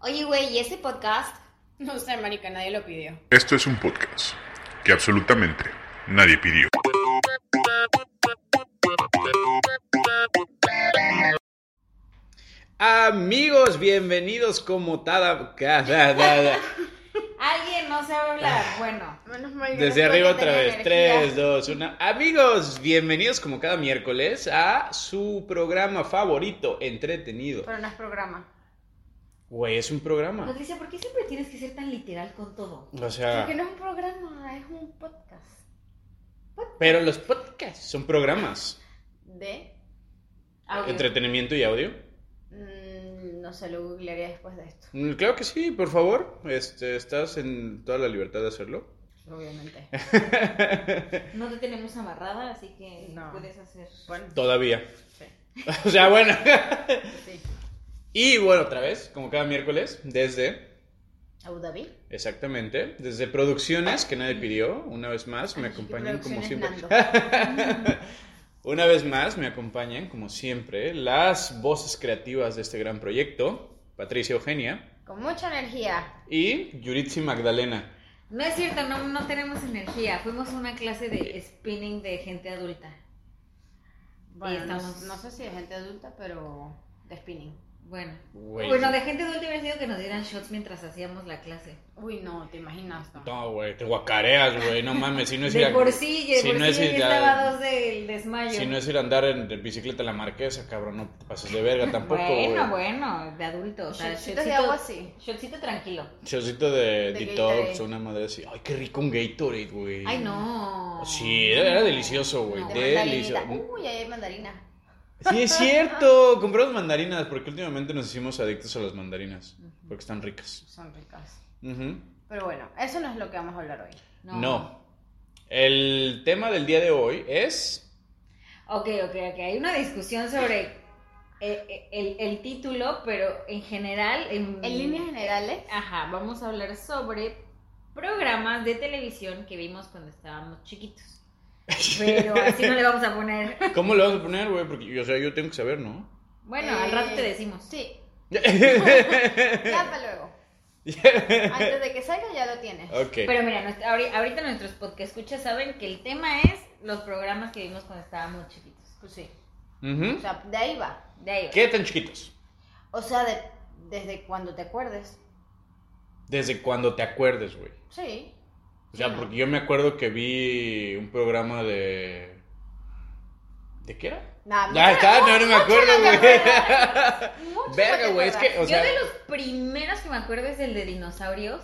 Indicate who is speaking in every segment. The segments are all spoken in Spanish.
Speaker 1: Oye, güey, ¿y este podcast?
Speaker 2: No sé, marica, nadie lo pidió.
Speaker 3: Esto es un podcast que absolutamente nadie pidió.
Speaker 4: Amigos, bienvenidos como cada... cada- cada-
Speaker 1: Alguien no sabe hablar. Bueno,
Speaker 2: Ah. Menos mal que
Speaker 4: Desde
Speaker 2: no
Speaker 4: arriba
Speaker 2: podía
Speaker 4: otra
Speaker 2: tener
Speaker 4: vez.
Speaker 2: energía.
Speaker 4: 3, 2, 1. Amigos, bienvenidos como cada miércoles a su programa favorito, entretenido.
Speaker 1: pero no es programa.
Speaker 4: Güey, es un programa.
Speaker 1: Patricia, ¿por qué siempre tienes que ser tan literal con todo?
Speaker 4: O sea,
Speaker 2: Porque no es un programa, es un podcast.
Speaker 4: pero los podcasts son programas.
Speaker 2: ¿De? Ah,
Speaker 1: Audio.
Speaker 4: Entretenimiento y audio.
Speaker 2: Mm, no sé, lo googlearía después de esto.
Speaker 4: Mm, Claro que sí, por favor. Este, estás en toda la libertad de hacerlo.
Speaker 2: Obviamente.
Speaker 1: No te tenemos amarrada, así que
Speaker 2: No.
Speaker 1: puedes hacer.
Speaker 2: Bueno,
Speaker 4: Todavía.
Speaker 2: sí,
Speaker 4: O sea, bueno.
Speaker 2: sí.
Speaker 4: Y bueno, otra vez, como cada miércoles, desde...
Speaker 2: Abu Dhabi.
Speaker 4: Exactamente. Desde producciones que nadie pidió, una vez más, me
Speaker 2: Ay,
Speaker 4: acompañan como
Speaker 2: Producciones
Speaker 4: siempre.
Speaker 2: Nando.
Speaker 4: Una vez más, me acompañan como siempre las voces creativas de este gran proyecto, Patricia Eugenia
Speaker 2: Con mucha energía.
Speaker 4: y Yuritsi Magdalena.
Speaker 1: No es cierto, no, no tenemos energía. Fuimos a una clase de spinning de gente adulta.
Speaker 2: Bueno, no-
Speaker 1: estamos-
Speaker 2: no, sé si de gente adulta, pero de spinning.
Speaker 1: Bueno.
Speaker 4: Güey.
Speaker 1: Bueno, de gente adulta hubiera sido que nos dieran shots mientras hacíamos la clase.
Speaker 2: Uy, no, te imaginas, no.
Speaker 4: No, güey, te guacareas, güey, no mames, si no es ir
Speaker 1: De
Speaker 4: a-
Speaker 1: por sí, de
Speaker 4: si
Speaker 1: por
Speaker 4: no
Speaker 1: sí
Speaker 4: es
Speaker 1: yo
Speaker 4: ir
Speaker 1: ya
Speaker 4: a-
Speaker 1: estaba dos del desmayo.
Speaker 4: Si no es ir a andar en en bicicleta a la marquesa, cabrón, no te pases de verga tampoco,
Speaker 1: bueno,
Speaker 4: güey.
Speaker 1: bueno, de adulto. O sea,
Speaker 2: Shotcitos de agua, sí.
Speaker 1: Shotcito tranquilo.
Speaker 4: Chocito
Speaker 2: De
Speaker 4: de, detox,
Speaker 2: Gatorade.
Speaker 4: una madre así. Ay, qué rico un Gatorade, güey.
Speaker 1: Ay, no.
Speaker 4: Sí, era, era delicioso, güey.
Speaker 1: No.
Speaker 2: De
Speaker 4: delicioso.
Speaker 2: mandarinita. Uy, ahí hay mandarina.
Speaker 4: Sí, es cierto. Compramos mandarinas porque últimamente nos hicimos adictos a las mandarinas. Porque están ricas.
Speaker 2: Son ricas.
Speaker 4: Ujú.
Speaker 2: Pero bueno, eso no es lo que vamos a hablar hoy.
Speaker 4: No. El tema del día de hoy es...
Speaker 1: Ok, ok, ok. Hay una discusión sobre eh, el, el título, pero en general. En,
Speaker 4: Mm.
Speaker 2: En líneas generales,
Speaker 4: Ah.
Speaker 1: Ajá, vamos a hablar sobre programas de televisión que vimos cuando estábamos chiquitos. Pero así no le vamos a poner.
Speaker 4: ¿Cómo lo vas a poner, güey? Porque, yo- o sea, yo tengo que saber, ¿no?
Speaker 1: Bueno,
Speaker 2: Eh,
Speaker 1: al rato te decimos.
Speaker 2: sí,
Speaker 4: ok.
Speaker 2: ya para luego. Antes de que salga ya lo tienes.
Speaker 1: Pero mira, nuestra- ahori- ahorita nuestros podcast escuchas saben que el tema es los programas que vimos cuando estábamos chiquitos.
Speaker 2: Pues sí.
Speaker 4: Ujú.
Speaker 2: O sea, de ahí va.
Speaker 1: De ahí va.
Speaker 4: ¿Qué tan chiquitos?
Speaker 2: O sea, de- desde cuando te acuerdes.
Speaker 4: Desde cuando te acuerdes, güey.
Speaker 2: Sí.
Speaker 4: O sea,
Speaker 2: Sí, ¿no?
Speaker 4: porque yo me acuerdo que vi un programa de... ¿De qué era?
Speaker 2: Nah,
Speaker 4: Ya está, no, no me acuerdo,
Speaker 2: Ah, no te
Speaker 4: güey.
Speaker 2: Mucho
Speaker 4: Verga,
Speaker 2: te
Speaker 4: güey, es que,
Speaker 2: acuerdas.
Speaker 4: o sea...
Speaker 1: Yo de los primeros que me acuerdo es el de dinosaurios.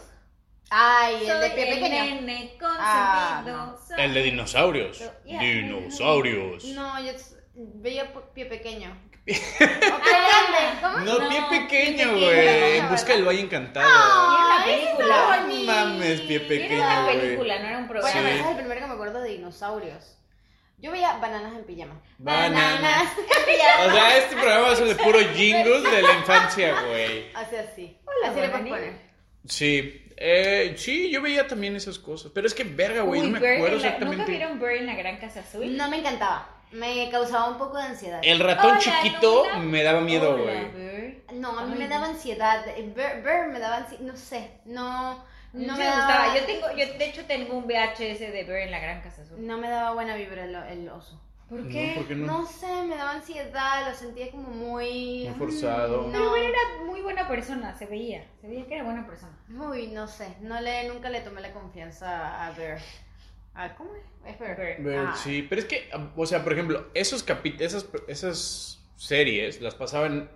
Speaker 2: Ay, el de
Speaker 1: Soy
Speaker 2: pie pequeño.
Speaker 1: nene consentido.
Speaker 2: Ah, no.
Speaker 1: soy-
Speaker 4: El de dinosaurios.
Speaker 1: Ya.
Speaker 4: Dinosaurios.
Speaker 2: No, yo s- veía pu- pie pequeño. O
Speaker 1: Ah.
Speaker 2: pie grande, ¿cómo?
Speaker 4: No, pie
Speaker 1: No, pie
Speaker 4: pequeño,
Speaker 1: pequeño,
Speaker 4: güey.
Speaker 2: ¿verdad?
Speaker 4: En busca del valle encantado.
Speaker 1: Ah,
Speaker 2: Ay,
Speaker 1: era una
Speaker 2: estaba
Speaker 1: película.
Speaker 2: bonito.
Speaker 4: Mames, pie
Speaker 1: Era
Speaker 4: pequeño,
Speaker 1: una
Speaker 4: güey.
Speaker 1: película, no era un
Speaker 2: Bueno, pero
Speaker 1: programa.
Speaker 2: ese
Speaker 4: Sí.
Speaker 2: es el primero que me acuerdo de dinosaurios. Yo veía bananas en pijama.
Speaker 4: Bananas.
Speaker 2: en pijama.
Speaker 4: O sea, este programa es el de puro jingles de la infancia, güey.
Speaker 2: Así, así.
Speaker 1: Hola,
Speaker 2: así le puedes
Speaker 1: bananita.
Speaker 2: poner.
Speaker 4: Sí. Eh, sí, yo veía también esas cosas. Pero es que verga, güey,
Speaker 1: Uy,
Speaker 4: no me
Speaker 1: Bird en
Speaker 4: acuerdo
Speaker 1: la-
Speaker 4: exactamente.
Speaker 1: ¿Nunca vieron Bird en la Gran Casa Azul?
Speaker 2: No me encantaba. Me causaba un poco de ansiedad.
Speaker 4: El ratón
Speaker 1: Hola,
Speaker 4: chiquito
Speaker 1: Luna.
Speaker 4: me daba miedo,
Speaker 1: Hola,
Speaker 4: güey.
Speaker 1: Bird.
Speaker 2: No, a mí
Speaker 1: Ay.
Speaker 2: me daba ansiedad. Ver, ver me daba ansiedad. No sé. No, no
Speaker 1: No
Speaker 2: me
Speaker 1: me
Speaker 2: daba.
Speaker 1: gustaba. Yo tengo, yo de hecho tengo un VHS de Bird en la Gran Casa Azul.
Speaker 2: No me daba buena vibra el, el oso.
Speaker 1: ¿Por
Speaker 4: No,
Speaker 1: qué?
Speaker 4: ¿por qué no?
Speaker 2: No sé, me daba ansiedad. Lo sentía como muy.
Speaker 4: Muy forzado.
Speaker 2: Mm,
Speaker 1: Pero
Speaker 2: No.
Speaker 1: bueno, era muy buena persona, se veía. Se veía que era buena persona.
Speaker 2: Uy, no sé. No le, nunca le tomé la confianza a ver. A, ¿Cómo es? Es Bear.
Speaker 1: Bear.
Speaker 4: Ver,
Speaker 2: Ah.
Speaker 4: Sí, pero es que, o sea, por ejemplo, esos capi- esas, esas series las pasaban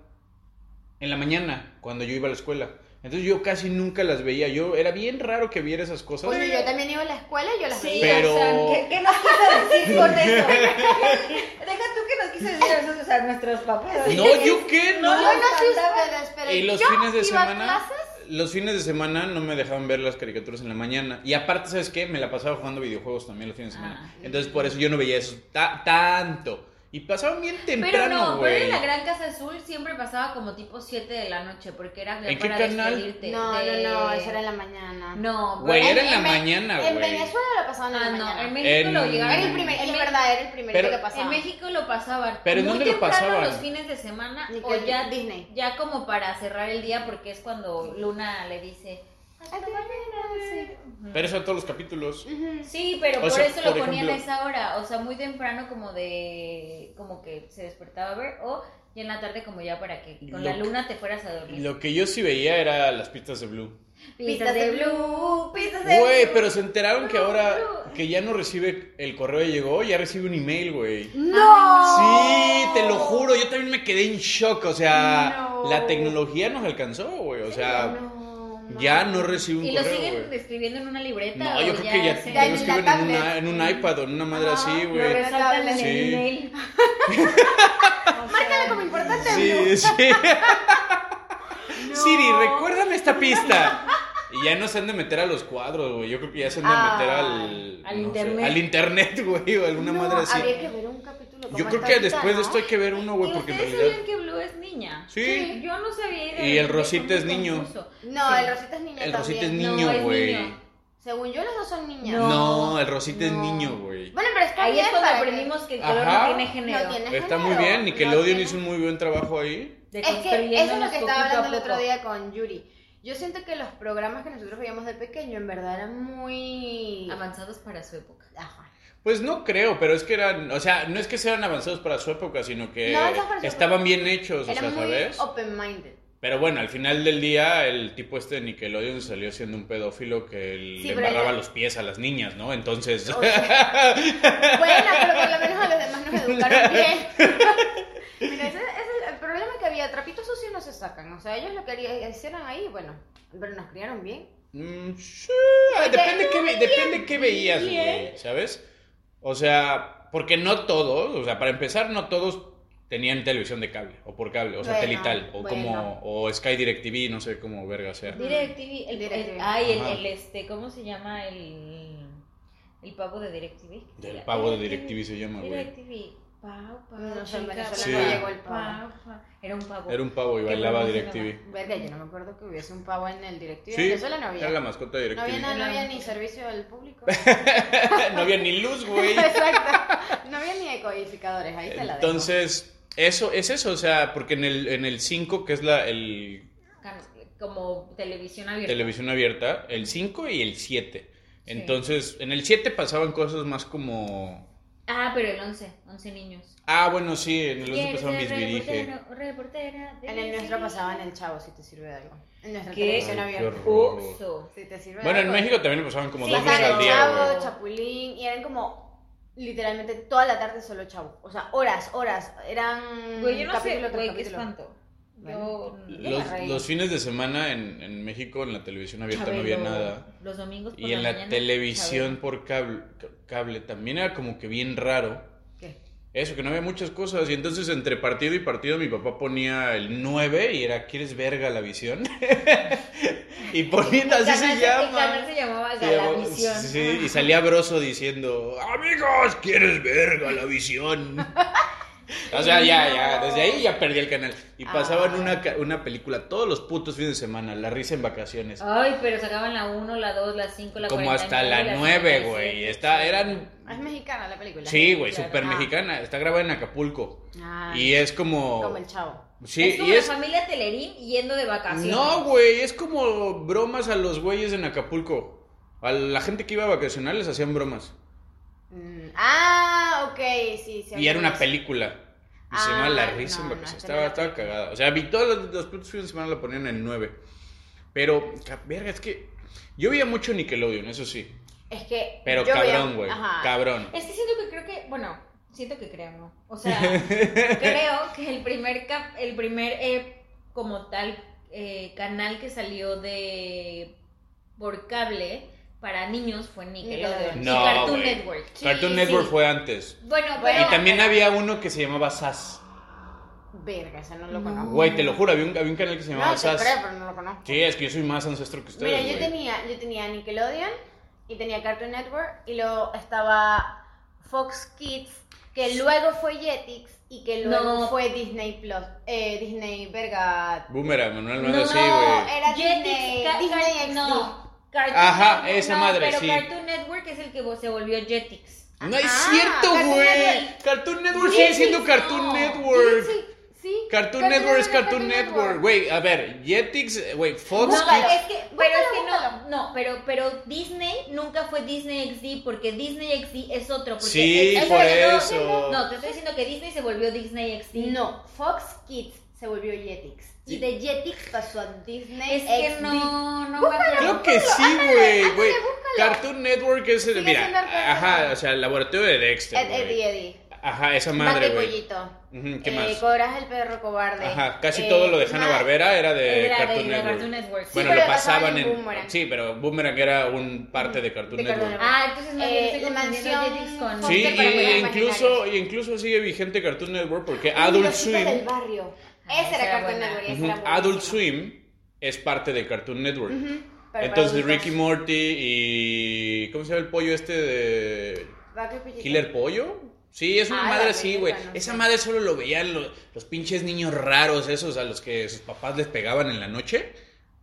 Speaker 4: en la mañana, cuando yo iba a la escuela. Entonces yo casi nunca las veía. Yo era bien raro que viera esas cosas.
Speaker 2: Bueno, yo también iba a la escuela y yo las
Speaker 1: Sí,
Speaker 2: veía.
Speaker 4: Pero-
Speaker 1: o sea, ¿qué, qué nos quiso decir con eso? Deja tú que nos quiso decir eso, o sea, nuestros papás.
Speaker 4: No, yo qué, no.
Speaker 2: Yo no sé
Speaker 1: faltaba.
Speaker 2: ustedes, pero
Speaker 4: Y los
Speaker 2: yo
Speaker 4: fines de
Speaker 2: iba a
Speaker 4: semana,
Speaker 2: clases
Speaker 4: los fines de semana no me dejaban ver las caricaturas en la mañana. Y aparte, ¿sabes qué? Me la pasaba jugando videojuegos también los fines de semana.
Speaker 1: Ah.
Speaker 4: Entonces por eso yo no veía eso ta- tanto. Y pasaban bien
Speaker 1: Pero
Speaker 4: temprano,
Speaker 1: no, pero en
Speaker 4: güey.
Speaker 1: la Gran Casa Azul siempre pasaba como tipo 7 de la noche, porque era
Speaker 4: ¿En
Speaker 1: para
Speaker 4: qué canal?
Speaker 1: despedirte.
Speaker 2: No,
Speaker 1: de-
Speaker 2: no, no, eso era en la mañana.
Speaker 1: No,
Speaker 4: Güey,
Speaker 1: pero-
Speaker 4: era en la mañana,
Speaker 2: En
Speaker 4: güey.
Speaker 2: Venezuela lo pasaban en
Speaker 1: Ah,
Speaker 2: la
Speaker 1: no,
Speaker 2: mañana.
Speaker 1: en México
Speaker 4: En-
Speaker 1: lo llegaron.
Speaker 2: Era el primer,
Speaker 1: en
Speaker 2: es
Speaker 1: Mex-
Speaker 2: verdad, era el primero
Speaker 4: Pero-
Speaker 2: que pasaba.
Speaker 1: En México lo pasaban.
Speaker 4: Pero ¿en
Speaker 1: muy
Speaker 4: dónde lo
Speaker 1: temprano
Speaker 4: pasaban?
Speaker 1: los fines de semana o
Speaker 2: Nickelodeon,
Speaker 1: ya
Speaker 2: Disney.
Speaker 1: ya como para cerrar el día porque es cuando Luna le dice
Speaker 2: Hasta mañana,
Speaker 4: Pero eso a todos los capítulos.
Speaker 2: sí. Ujú.
Speaker 1: Sí, pero
Speaker 4: O
Speaker 1: por
Speaker 4: sea,
Speaker 1: eso
Speaker 4: por
Speaker 1: lo ponían a
Speaker 4: ejemplo-
Speaker 1: esa hora, o sea, muy temprano como de como que se despertaba a ver o y en la tarde como ya para que con la
Speaker 4: Lo-
Speaker 1: luna te fueras a dormir.
Speaker 4: Lo que yo sí veía era las pistas de Blue.
Speaker 1: Pistas de blue, pistas de
Speaker 4: Güey,
Speaker 1: blue.
Speaker 4: pero se enteraron que ahora
Speaker 1: Blue.
Speaker 4: que ya no recibe el correo ya llegó, ya recibe un email, güey. Sí,
Speaker 2: ¡No!
Speaker 4: te lo juro, yo también me quedé en shock, o sea,
Speaker 2: No.
Speaker 4: la tecnología nos alcanzó, güey, o sea,
Speaker 2: No, no.
Speaker 4: ya no recibe un
Speaker 1: Y lo
Speaker 4: correo,
Speaker 1: siguen
Speaker 4: güey.
Speaker 1: escribiendo en una libreta.
Speaker 4: No,
Speaker 1: o
Speaker 4: yo creo que ya,
Speaker 1: se-
Speaker 2: Ya
Speaker 4: ya
Speaker 2: en la
Speaker 4: lo escriben en, una-
Speaker 2: tablet.
Speaker 4: en un iPad o en una madre así,
Speaker 2: Ajá,
Speaker 1: Lo
Speaker 4: güey.
Speaker 1: resaltan en
Speaker 4: Sí.
Speaker 1: el email.
Speaker 2: Márcala como importante.
Speaker 4: Sí, sí. Siri, recuérdame esta pista. Y ya no se han de meter a los cuadros, güey. Yo creo que ya se han de meter
Speaker 1: Ay,
Speaker 4: al,
Speaker 1: al
Speaker 4: no sé,
Speaker 1: internet.
Speaker 4: al internet, güey, o alguna
Speaker 2: No,
Speaker 4: madre así.
Speaker 2: Habría que ver un capítulo. como
Speaker 4: Yo creo
Speaker 2: hasta
Speaker 4: que
Speaker 2: ahorita,
Speaker 4: después de
Speaker 2: ¿no?
Speaker 4: esto hay que ver uno, güey,
Speaker 1: ¿Y
Speaker 4: porque en
Speaker 1: ustedes
Speaker 4: realidad.
Speaker 1: sabían que Blue es niña?
Speaker 4: Sí.
Speaker 1: Yo no sabía. de
Speaker 4: Y
Speaker 1: repente
Speaker 4: el Rosita
Speaker 1: fue
Speaker 4: es
Speaker 1: muy
Speaker 4: niño.
Speaker 1: confuso.
Speaker 2: No, el Rosita es niña.
Speaker 4: El Rosita es
Speaker 2: también.
Speaker 1: No,
Speaker 4: niño,
Speaker 1: es
Speaker 4: güey.
Speaker 1: niño.
Speaker 2: Según yo, los dos son niñas.
Speaker 1: No.
Speaker 4: No, el Rosita es
Speaker 2: No.
Speaker 4: niño, güey.
Speaker 2: Bueno, pero está
Speaker 1: Ahí
Speaker 2: bien
Speaker 1: es cuando
Speaker 2: para que-
Speaker 1: aprendimos que el color
Speaker 4: Ajá.
Speaker 1: no tiene género.
Speaker 2: No tiene género,
Speaker 4: Está muy bien.
Speaker 2: no
Speaker 4: Nickelodeon
Speaker 2: tiene-
Speaker 4: hizo un muy buen trabajo ahí.
Speaker 1: De
Speaker 2: Es que eso es lo
Speaker 1: construyéndonos
Speaker 2: que estaba
Speaker 1: poquito a
Speaker 2: hablando el
Speaker 1: poco.
Speaker 2: otro día con Yuri. Yo siento que los programas que nosotros veíamos de pequeño en verdad eran muy...
Speaker 1: Avanzados para su época.
Speaker 2: Ajá.
Speaker 4: Pues no creo, pero es que eran, o sea, no es que sean avanzados para su época, sino que
Speaker 2: No, avanzados para su
Speaker 4: estaban
Speaker 2: época.
Speaker 4: bien hechos, Pues, o
Speaker 2: Eran
Speaker 4: sea,
Speaker 2: muy
Speaker 4: ¿sabes?
Speaker 2: open-minded.
Speaker 4: Pero bueno, al final del día, el tipo este de Nickelodeon salió siendo un pedófilo que
Speaker 2: Sí,
Speaker 4: le
Speaker 2: pero
Speaker 4: embarraba
Speaker 2: ya-
Speaker 4: los pies a las niñas, ¿no? Entonces,
Speaker 2: O sea, bueno, pero por lo menos a los demás nos educaron bien. Mira, ese, ese- el problema que había. Trapitos sucios no se sacan. O sea, ellos lo que haría- hicieron ahí, bueno, pero nos criaron bien.
Speaker 4: mm, sí, ah, depende, qué, ve- depende qué veías, güey, ¿sabes? O sea, porque no todos, o sea, para empezar, no todos tenían televisión de cable, o por cable, o
Speaker 2: Bueno,
Speaker 4: satelital, o
Speaker 2: bueno.
Speaker 4: como, o Sky DirecTV, no sé cómo verga sea.
Speaker 1: DirecTV. El,
Speaker 2: DirecTV.
Speaker 1: el- ay, el,
Speaker 4: Ajá.
Speaker 1: el este, ¿cómo se llama el, el pavo de DirecTV?
Speaker 4: Del pavo de DirecTV se llama, güey.
Speaker 1: DirecTV. Pau, pau.
Speaker 2: No, en
Speaker 1: chica,
Speaker 2: Venezuela
Speaker 1: pau,
Speaker 4: no llegó
Speaker 2: el pavo.
Speaker 1: pau, pau. Era un pavo.
Speaker 4: Era un pavo y
Speaker 1: Qué
Speaker 4: bailaba
Speaker 1: bueno,
Speaker 4: DirecTV.
Speaker 2: Verga, yo no me acuerdo que hubiese un pavo en el directivo.
Speaker 4: Sí,
Speaker 2: en Venezuela no
Speaker 4: era la
Speaker 2: había.
Speaker 4: mascota de
Speaker 2: No había,
Speaker 4: DirecTV.
Speaker 2: nada, no
Speaker 1: Era-
Speaker 2: había ni servicio al público.
Speaker 4: no había ni luz, güey.
Speaker 2: Exacto. No había ni decodificadores. Ahí te la dejo.
Speaker 4: Entonces, eso es eso, o sea, porque en el en el 5, que es la el
Speaker 1: Can- Como televisión abierta.
Speaker 4: televisión abierta, el 5 y el 7.
Speaker 1: Sí.
Speaker 4: Entonces, en el 7 pasaban cosas más como
Speaker 1: Ah, pero el 11. 11 niños.
Speaker 4: Ah, bueno, sí, en el 11
Speaker 1: ¿Quieres
Speaker 4: pasaban
Speaker 1: ser
Speaker 4: Bisbirige.
Speaker 1: reportero, reportera de
Speaker 2: En el nuestro
Speaker 1: Bisbirige?
Speaker 2: pasaban el chavo, si te sirve de algo. En nuestra
Speaker 1: ¿Qué?
Speaker 2: televisión
Speaker 4: Ay, qué
Speaker 2: abierta.
Speaker 4: horror.
Speaker 1: Oso.
Speaker 2: Si te sirve de
Speaker 4: Bueno, en
Speaker 2: algo.
Speaker 4: México también lo pasaban como
Speaker 1: Sí,
Speaker 4: dos veces
Speaker 1: claro.
Speaker 4: al
Speaker 2: el
Speaker 4: día, güey.
Speaker 2: chavo, chapulín, y eran como literalmente toda la tarde solo chavo. O sea, horas, horas. Eran
Speaker 1: Güey, yo no
Speaker 2: capítulo
Speaker 1: sé,
Speaker 2: tras
Speaker 1: güey, qué
Speaker 2: capítulo.
Speaker 1: espanto. Yo,
Speaker 2: Bueno.
Speaker 1: yo
Speaker 4: Los,
Speaker 1: me reí.
Speaker 4: los fines de semana en, en México en la televisión abierta no había
Speaker 1: Chabelo,
Speaker 4: nada.
Speaker 1: Los domingos por
Speaker 4: Y en la
Speaker 1: mañana,
Speaker 4: televisión por cable, cable también era como que bien raro.
Speaker 2: ¿Qué?
Speaker 4: Eso, que no había muchas cosas. Y entonces entre partido y partido mi papá ponía el 9 y era, ¿quieres verga la visión? y ponía, así
Speaker 1: Chabelo. El
Speaker 4: se
Speaker 1: canal- El
Speaker 4: llama.
Speaker 1: canal se llamaba
Speaker 4: Se llamaba-
Speaker 1: Galavisión.
Speaker 4: sí, sí, y salía Broso diciendo, amigos, ¿quieres verga la visión? O sea, ya, ya, desde ahí ya perdí el canal. Y pasaban
Speaker 2: Ah.
Speaker 4: una, ca- una película todos los putos fines de semana, La risa en vacaciones.
Speaker 1: Ay, pero sacaban la 1, la 2, la 5, Oh, la
Speaker 4: como hasta la 9, güey. Está, eran
Speaker 2: Es mexicana la película.
Speaker 4: Sí, güey,
Speaker 1: Claro.
Speaker 4: súper mexicana. Está grabada en Acapulco.
Speaker 2: Ah,
Speaker 4: Y es como.
Speaker 2: como el chavo.
Speaker 4: Sí,
Speaker 1: es como
Speaker 4: y
Speaker 1: la
Speaker 4: es.
Speaker 1: familia Telerín yendo de vacaciones.
Speaker 4: No, güey, es como bromas a los güeyes en Acapulco. A la gente que iba a vacacionar les hacían bromas.
Speaker 2: Mm, Ah, ok, sí, sí.
Speaker 4: y era una
Speaker 2: había-
Speaker 4: película. Y se
Speaker 2: Ah,
Speaker 4: llamaba La Risa en
Speaker 2: no, no,
Speaker 4: Vacaciones.
Speaker 2: esa no
Speaker 4: estaba,
Speaker 2: la
Speaker 4: estaba
Speaker 2: película.
Speaker 4: cagada. O sea, vi todos los, los putos fines de semana la ponían en el 9. Pero, ca- verga, es que. Yo veía mucho Nickelodeon, eso sí.
Speaker 2: Es que.
Speaker 4: Pero
Speaker 2: yo veía-
Speaker 4: cabrón, güey.
Speaker 2: Ajá.
Speaker 4: Cabrón.
Speaker 1: Es que siento que creo que, bueno, siento que creo, ¿no? O sea, creo que el primer, cap, el primer eh, como tal, eh, canal que salió de por cable para niños fue Nickelodeon.
Speaker 2: Nickelodeon.
Speaker 1: Y
Speaker 4: No,
Speaker 1: Cartoon
Speaker 4: güey.
Speaker 1: Network. Sí,
Speaker 4: Cartoon
Speaker 1: sí.
Speaker 4: Network fue antes.
Speaker 1: Bueno,
Speaker 2: Bueno,
Speaker 1: pero...
Speaker 4: y también había uno que se llamaba Sass.
Speaker 2: Verga, ese no lo conozco.
Speaker 4: Güey, te lo juro, había un, había un canal que se llamaba
Speaker 2: No, te
Speaker 4: Sass.
Speaker 2: creo, pero no lo conozco.
Speaker 4: Sí, es que yo soy más ancestro que ustedes.
Speaker 2: Mira, yo
Speaker 4: güey.
Speaker 2: tenía, yo tenía Nickelodeon y tenía Cartoon Network y luego estaba Fox Kids, que luego fue Jetix y que luego
Speaker 1: No.
Speaker 2: fue Disney Plus, eh, Disney verga.
Speaker 4: Boomerang, Manuel no,
Speaker 1: No,
Speaker 4: así, güey.
Speaker 2: Era Disney,
Speaker 1: Jetix, Ca-
Speaker 2: Disney
Speaker 1: Car-
Speaker 2: XD.
Speaker 1: no. Cartoon
Speaker 4: Ajá,
Speaker 1: Network,
Speaker 4: esa
Speaker 1: no,
Speaker 4: madre,
Speaker 1: pero
Speaker 4: sí.
Speaker 1: Cartoon Network es el que vo- se volvió Jetix.
Speaker 4: No es
Speaker 2: Ajá,
Speaker 4: cierto,
Speaker 2: Ah, Cartoon
Speaker 4: güey.
Speaker 2: Network.
Speaker 4: Cartoon Network sigue
Speaker 1: Jetix,
Speaker 4: siendo
Speaker 1: no.
Speaker 4: Cartoon Network.
Speaker 2: Sí, sí, sí.
Speaker 4: Cartoon Network es Cartoon Network. Güey, a ver, Jetix, güey, Fox
Speaker 1: No,
Speaker 4: Kids.
Speaker 1: pero es que, pero es que
Speaker 2: Búscalo,
Speaker 1: no, no, pero, pero Disney nunca fue Disney XD porque Disney XD es otro. Porque
Speaker 4: Sí,
Speaker 1: es-
Speaker 2: es-
Speaker 4: por
Speaker 2: es-
Speaker 4: eso.
Speaker 1: No, te estoy diciendo que Disney se volvió Disney XD.
Speaker 2: No, Fox Kids se volvió Jetix. Y de Jetix pasó a Disney
Speaker 1: Es que
Speaker 2: XD.
Speaker 1: no, no
Speaker 2: Búscalo.
Speaker 1: me
Speaker 4: Creo
Speaker 1: acuerdo.
Speaker 4: que sí, güey, güey.
Speaker 2: búscalo.
Speaker 4: Cartoon Network es el,
Speaker 2: Sigue
Speaker 4: mira,
Speaker 2: siendo el Cartoon
Speaker 4: ajá,
Speaker 2: Network.
Speaker 4: o sea, el laboratorio de Dexter,
Speaker 2: Ed, Eddie,
Speaker 4: güey.
Speaker 2: Eddie.
Speaker 4: Ajá, esa
Speaker 2: Mate
Speaker 4: madre,
Speaker 2: y
Speaker 4: güey.
Speaker 2: Pollito.
Speaker 4: Ujú, ¿Qué
Speaker 2: Eh,
Speaker 4: más?
Speaker 2: Cobras el perro cobarde.
Speaker 4: Ajá, casi
Speaker 2: Eh,
Speaker 4: todo lo de
Speaker 2: ¿qué
Speaker 4: Hanna
Speaker 2: más?
Speaker 4: Barbera era de
Speaker 1: Era de-
Speaker 4: eh, Cartoon
Speaker 1: de
Speaker 4: Network.
Speaker 1: Cartoon Network, sí.
Speaker 4: Bueno,
Speaker 2: Sí,
Speaker 4: lo
Speaker 2: pero lo
Speaker 4: pasaban
Speaker 2: pasaban
Speaker 4: en
Speaker 2: en Boomerang.
Speaker 4: Sí, pero Boomerang era un parte de Cartoon
Speaker 2: De
Speaker 4: Network.
Speaker 2: Cartoon
Speaker 1: Ah, entonces más bien
Speaker 2: Eh,
Speaker 1: estoy
Speaker 2: la
Speaker 1: confundiendo
Speaker 2: mansión
Speaker 1: Jetix con...
Speaker 2: Fox
Speaker 4: Sí,
Speaker 2: Ponte para
Speaker 4: y
Speaker 2: jugar
Speaker 4: incluso, y incluso sigue vigente Cartoon Network porque Adult
Speaker 2: Los chicos del
Speaker 4: Swim,
Speaker 2: barrio. Ese
Speaker 1: Ah, esa
Speaker 2: era
Speaker 1: era
Speaker 2: Cartoon
Speaker 1: buena.
Speaker 2: Network. ese
Speaker 4: ujú,
Speaker 2: era buenísimo.
Speaker 4: Adult Swim es parte de Cartoon Network.
Speaker 2: Ujú, pero
Speaker 4: Entonces
Speaker 2: para
Speaker 4: Ricky
Speaker 2: adultos.
Speaker 4: Morty y ¿cómo se llama el pollo este de
Speaker 2: Vaca y Pollito.
Speaker 4: Killer Pollo? Sí, es una
Speaker 2: Ah,
Speaker 4: madre
Speaker 2: la
Speaker 4: así,
Speaker 2: verga,
Speaker 4: güey.
Speaker 2: no
Speaker 4: Esa
Speaker 2: sé.
Speaker 4: madre solo lo veían lo- los, pinches niños raros esos a los que sus papás les pegaban en la noche.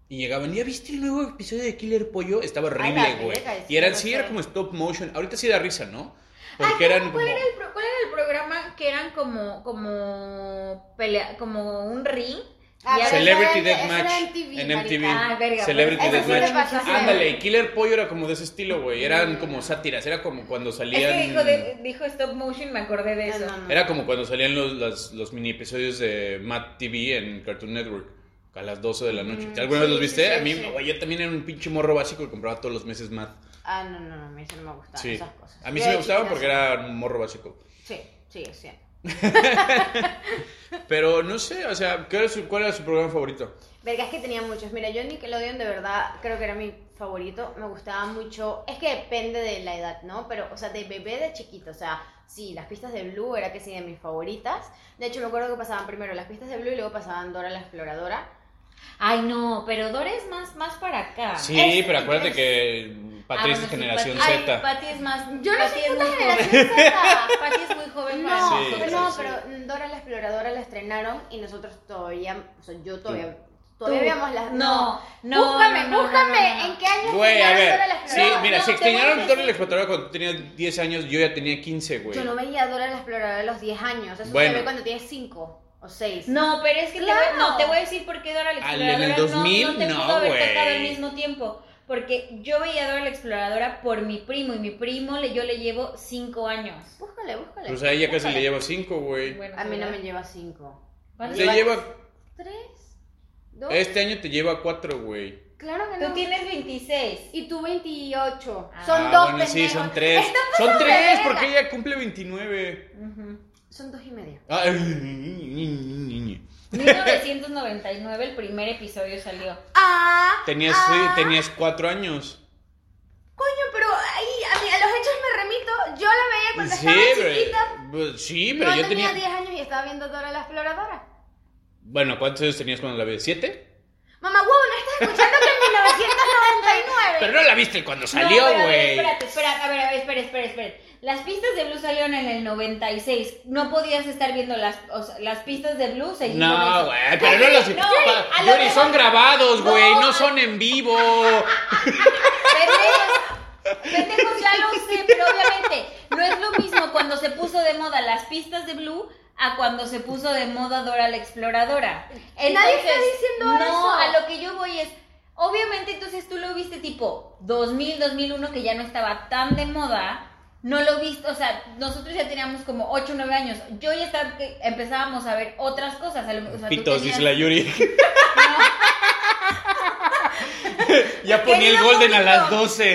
Speaker 4: Y llegaban, ¿ya viste el nuevo episodio de Killer Pollo? Estaba horrible,
Speaker 2: Ah, la
Speaker 4: güey.
Speaker 2: verga, sí,
Speaker 4: Y era,
Speaker 2: no
Speaker 4: sí,
Speaker 2: sé.
Speaker 4: era como stop motion. Ahorita sí da risa, ¿no?
Speaker 1: Ah,
Speaker 4: Porque eran
Speaker 1: ¿cuál,
Speaker 4: como...
Speaker 1: era el pro- cuál era el programa que eran como, como, pelea, como un ring?
Speaker 2: Ah,
Speaker 1: Y
Speaker 2: pero
Speaker 1: había-
Speaker 4: Celebrity
Speaker 2: ese era- ese
Speaker 4: Deathmatch
Speaker 2: era MTV,
Speaker 4: en
Speaker 2: marica.
Speaker 4: MTV.
Speaker 1: Ah, verga,
Speaker 4: Celebrity
Speaker 2: pues, eso sí le
Speaker 4: Deathmatch.
Speaker 2: pasó a hacer.
Speaker 4: Ándale, y Killer Pollo era como de ese estilo, güey. Eran como sátiras, era como cuando
Speaker 1: Es
Speaker 4: salían.
Speaker 1: que dijo, de- dijo stop motion, me acordé de
Speaker 2: No,
Speaker 1: eso.
Speaker 2: no, no.
Speaker 4: Era como cuando salían los, las- los mini episodios de Matt TV en Cartoon Network a las 12 de la noche.
Speaker 2: Mm,
Speaker 4: ¿Alguna
Speaker 2: sí,
Speaker 4: vez los viste?
Speaker 2: sí, sí,
Speaker 4: a mí,
Speaker 2: sí.
Speaker 4: güey, yo también era un pinche morro básico que compraba todos los meses Matt.
Speaker 2: Ah, no, no, no, a mí eso no me gustaban
Speaker 4: Sí.
Speaker 2: Ah, esas cosas.
Speaker 4: A mí
Speaker 2: Yo
Speaker 4: sí me
Speaker 2: de
Speaker 4: gustaban
Speaker 2: chiquita
Speaker 4: porque era un morro básico.
Speaker 2: Sí, sí, sí.
Speaker 4: Pero no sé, o sea, ¿qué era su- ¿cuál era su programa favorito?
Speaker 2: Verga, es que tenía muchos. Mira, yo Nickelodeon de verdad creo que era mi favorito. Me gustaba mucho. Es que depende de la edad, ¿no? Pero, o sea, de bebé de chiquito. O sea, sí, las pistas de Blue era que sí de mis favoritas. De hecho, me acuerdo que pasaban primero las pistas de Blue y luego pasaban Dora la Exploradora.
Speaker 1: Ay, no, pero Dora es más, más para acá.
Speaker 4: Sí,
Speaker 2: Es-
Speaker 4: pero acuérdate
Speaker 2: es-
Speaker 4: que Patty es de
Speaker 1: Ah, bueno, sí,
Speaker 4: generación
Speaker 1: Patty-
Speaker 4: Z.
Speaker 1: Ay, Patty es más...
Speaker 2: Yo no
Speaker 1: Patty
Speaker 2: soy
Speaker 1: es
Speaker 2: puta
Speaker 1: muy joven.
Speaker 2: generación Z.
Speaker 1: Patty es muy joven para
Speaker 2: Pues No,
Speaker 4: Sí,
Speaker 1: nosotros.
Speaker 2: no,
Speaker 4: sí,
Speaker 2: pero Dora la Exploradora la estrenaron y nosotros todavía, o sea, yo todavía,
Speaker 1: Tú.
Speaker 2: todavía veíamos las...
Speaker 1: No, no,
Speaker 2: búscame,
Speaker 1: no, no,
Speaker 2: búscame
Speaker 1: no, no, no.
Speaker 2: en qué año
Speaker 4: Güey, a
Speaker 2: estrenaron
Speaker 4: ver.
Speaker 2: Dora la
Speaker 4: Sí,
Speaker 2: Exploradora.
Speaker 4: mira,
Speaker 1: no,
Speaker 4: si
Speaker 1: te voy a
Speaker 4: extrañaron Dora la
Speaker 1: decir-
Speaker 4: Exploradora cuando tú tenías 10 años, yo ya tenía 15, güey.
Speaker 2: Yo no veía Dora la Exploradora a los 10 años, eso
Speaker 4: Bueno.
Speaker 2: se ve cuando tienes 5 o 6.
Speaker 1: No, pero es que te,
Speaker 2: Claro.
Speaker 1: voy, no, te voy a decir por qué Dora la
Speaker 4: Al- en el
Speaker 1: Exploradora no-
Speaker 4: 2000,
Speaker 1: no, te
Speaker 4: no,
Speaker 1: pudo haber tocado al
Speaker 4: güey.
Speaker 1: mismo tiempo. Porque yo veía a Dora la Exploradora por mi primo y mi primo le, yo le llevo cinco años.
Speaker 2: Búscale, búscale.
Speaker 4: Pues a ella casi
Speaker 2: búscale.
Speaker 4: le lleva 5, güey.
Speaker 1: Bueno,
Speaker 2: A mí no
Speaker 1: ¿verdad?
Speaker 2: me lleva 5.
Speaker 1: ¿Cuánto
Speaker 4: Te
Speaker 1: llevas?
Speaker 4: lleva,
Speaker 2: 3, 2,
Speaker 4: este año te lleva 4, güey.
Speaker 2: claro que
Speaker 1: Tú
Speaker 2: no.
Speaker 1: tienes 26.
Speaker 2: Y tú 28.
Speaker 1: Ah,
Speaker 2: son
Speaker 4: Ah,
Speaker 2: dos
Speaker 4: bueno, sí,
Speaker 2: pendejos.
Speaker 4: son tres.
Speaker 2: Están
Speaker 4: Son
Speaker 2: pasando de
Speaker 4: tres,
Speaker 2: verga.
Speaker 4: porque ella cumple 29.
Speaker 1: Ujú.
Speaker 2: Son dos y media.
Speaker 4: Ah, eh,
Speaker 1: 1999 el primer episodio salió.
Speaker 2: Ah,
Speaker 4: Tenías, sí, tenías cuatro años.
Speaker 2: Coño, pero ahí a, mí- a los hechos me remito. Yo la veía cuando
Speaker 4: Sí,
Speaker 2: estaba
Speaker 4: pero,
Speaker 2: chiquita.
Speaker 4: pues, sí,
Speaker 2: yo,
Speaker 4: pero yo
Speaker 2: tenía
Speaker 4: tenía...
Speaker 2: 10 años y estaba viendo Dora la Exploradora.
Speaker 4: Bueno, ¿cuántos años tenías cuando la vi? ¿Siete?
Speaker 2: Mamá, wow, no estás escuchando que en 1999.
Speaker 4: Pero no la viste cuando
Speaker 1: No,
Speaker 4: salió,
Speaker 1: pero a ver,
Speaker 4: güey.
Speaker 1: espérate, espérate, a ver, a ver, espera, espera, espera. Las pistas de Blue salieron en el 96. No podías estar viendo las, o sea, las pistas de Blue seguido de
Speaker 4: no,
Speaker 1: eso.
Speaker 4: güey, pero no los...
Speaker 1: Yuri,
Speaker 4: pa-
Speaker 1: a lo
Speaker 4: Yuri,
Speaker 1: mejor-
Speaker 4: son grabados,
Speaker 1: No.
Speaker 4: güey, no son en vivo.
Speaker 1: Pendejos, pendejos, ya lo sé, pero obviamente no es lo mismo cuando se puso de moda las pistas de Blue a cuando se puso de moda Dora la Exploradora.
Speaker 2: Nadie está diciendo
Speaker 1: no,
Speaker 2: eso.
Speaker 1: a lo que yo voy es, obviamente entonces tú lo viste tipo 2000, 2001, que ya no estaba tan de moda. No lo viste, o sea, nosotros ya teníamos como 8 o 9 años. Yo ya estaba, que empezábamos a ver otras cosas. a lo- o sea, tú
Speaker 4: Pitos,
Speaker 1: tenías-
Speaker 4: dice la Yuri. ya ponía el
Speaker 1: Querido
Speaker 4: golden a
Speaker 1: público.
Speaker 4: las 12.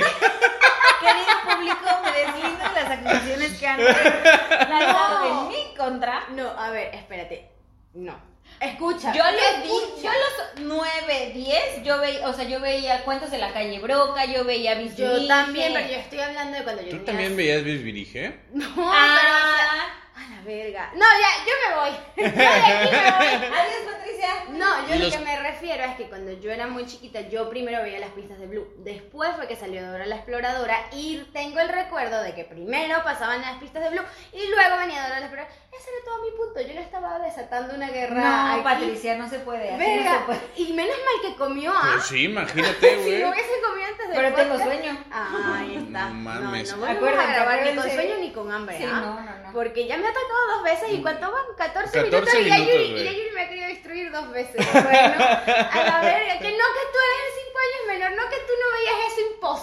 Speaker 1: Querido público, me deslindo de las acusaciones que han lanzado
Speaker 2: No.
Speaker 1: en mi contra.
Speaker 2: No, a ver, espérate. No. Escucha.
Speaker 1: Yo
Speaker 2: les
Speaker 1: les di, yo a los 9, 10, yo veía, o sea, yo veía cuentos de la calle Broca, yo veía Bisbirige.
Speaker 2: también, pero yo estoy hablando de cuando yo
Speaker 4: ¿Tú
Speaker 2: tenía-
Speaker 4: también veías Bisbirige?
Speaker 2: No,
Speaker 1: Ah,
Speaker 2: a la verga. No, ya, yo me voy. Yo de aquí me voy.
Speaker 1: Adiós, Patricia.
Speaker 2: No, yo
Speaker 4: Y
Speaker 2: lo
Speaker 4: los-
Speaker 2: que me refiero es que cuando yo era muy chiquita, yo primero veía las pistas de Blue. Después fue que salió Dora la Exploradora y tengo el recuerdo de que primero pasaban las pistas de Blue y luego venía Dora la Exploradora. Ese era todo mi punto. Yo le estaba desatando una guerra.
Speaker 1: No,
Speaker 2: aquí.
Speaker 1: Patricia, no se puede. así
Speaker 2: Verga.
Speaker 1: no se puede.
Speaker 2: Y menos mal que comió, ¿ah?
Speaker 4: Pues sí, imagínate,
Speaker 2: Si
Speaker 4: güey.
Speaker 2: no hubiese comido antes de Ah,
Speaker 1: Pero tengo sueño.
Speaker 2: Ahí está.
Speaker 4: No mames.
Speaker 2: No, no volvemos
Speaker 1: Acuérdense,
Speaker 2: a grabar ni con
Speaker 1: acuérdense.
Speaker 2: sueño ni con hambre,
Speaker 1: Sí,
Speaker 2: ¿ah?
Speaker 1: no, no, no.
Speaker 2: Porque ya me ha atacado dos veces y ¿cuánto van? 14,
Speaker 4: 14
Speaker 2: minutos, y ya
Speaker 4: Mm. minutos,
Speaker 2: Yuri, y
Speaker 4: güey.
Speaker 2: ya Yuri me ha querido destruir dos veces. Bueno, a la verga, que no que tú eres 5 años menor, no que tú no veías eso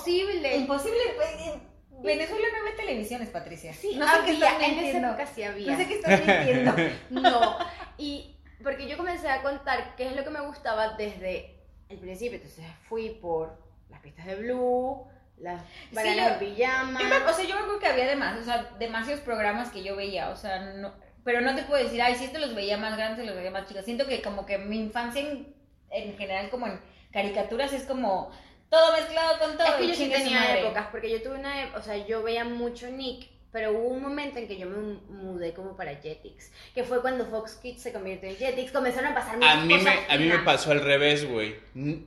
Speaker 2: imposible.
Speaker 1: Imposible. pues, eh, Venezuela no ve televisiones, Patricia.
Speaker 2: Sí,
Speaker 1: no
Speaker 2: había,
Speaker 1: qué estás
Speaker 2: en esa
Speaker 1: mintiendo.
Speaker 2: época sí había.
Speaker 1: No sé qué estás mintiendo.
Speaker 2: No, y porque yo comencé a contar qué es lo que me gustaba desde el principio, entonces fui por las pistas de Blue, las bananas
Speaker 1: yo-
Speaker 2: en pijama.
Speaker 1: Yo me- o sea, yo me acuerdo que había demás, o sea, demasiados programas que yo veía, o sea, no, pero no te puedo decir, ay, si esto los veía más grandes, los veía más chicos. Siento que como que mi infancia en, en general, como en caricaturas, es como todo mezclado con todo.
Speaker 2: Es que
Speaker 1: y
Speaker 2: yo sí
Speaker 1: chingue su
Speaker 2: tenía
Speaker 1: madre.
Speaker 2: épocas, porque yo tuve una, ep- o sea, yo veía mucho Nick, pero hubo un momento en que yo me mudé como para Jetix, que fue cuando Fox Kids se convirtió en Jetix, comenzaron a pasar
Speaker 4: A
Speaker 2: muchas
Speaker 4: mí, me,
Speaker 2: cosas
Speaker 4: a mí me
Speaker 2: finas.
Speaker 4: pasó al revés, güey. N-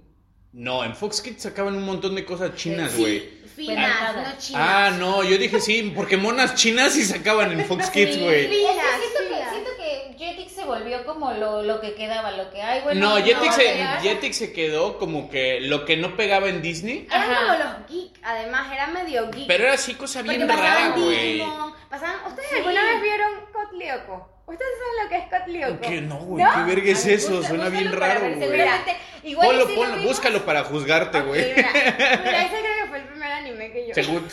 Speaker 4: No, en Fox Kids sacaban un montón de cosas chinas,
Speaker 2: Sí,
Speaker 4: güey.
Speaker 2: finas,
Speaker 1: Pero-
Speaker 2: no chinas.
Speaker 4: Ah, no, yo dije sí, porque monas chinas sí sacaban en Fox Kids, güey.
Speaker 1: Es que
Speaker 2: Filas,
Speaker 1: siento, que,
Speaker 2: filas.
Speaker 1: siento que Jetix se volvió como lo, lo que quedaba, lo que hay, bueno.
Speaker 4: No, Jetix, se,
Speaker 1: ya-
Speaker 4: Jetix se quedó como que lo que no pegaba en Disney,
Speaker 2: Eran
Speaker 1: Ajá.
Speaker 2: como los geek, además, era medio geek.
Speaker 4: pero era así cosa
Speaker 2: porque
Speaker 4: bien
Speaker 2: pasaban
Speaker 4: rara, güey.
Speaker 2: Digimon, pasaban... ¿Ustedes
Speaker 1: Sí.
Speaker 2: alguna vez vieron Cotlioco? ¿Ustedes saben lo que es Cotlioco?
Speaker 4: ¿Qué no, güey? ¿Qué verga es
Speaker 1: Ay,
Speaker 4: eso?
Speaker 1: busca-
Speaker 4: Suena bien
Speaker 1: búscalo para
Speaker 4: raro,
Speaker 1: ver,
Speaker 4: güey.
Speaker 1: Seguramente, igual y
Speaker 4: Ponlo,
Speaker 1: sí lo
Speaker 4: ponlo,
Speaker 1: vimos.
Speaker 4: búscalo para juzgarte,
Speaker 2: Ok,
Speaker 4: güey.
Speaker 2: mira, mira, ese creo que fue el primer anime que yo vi.
Speaker 4: Según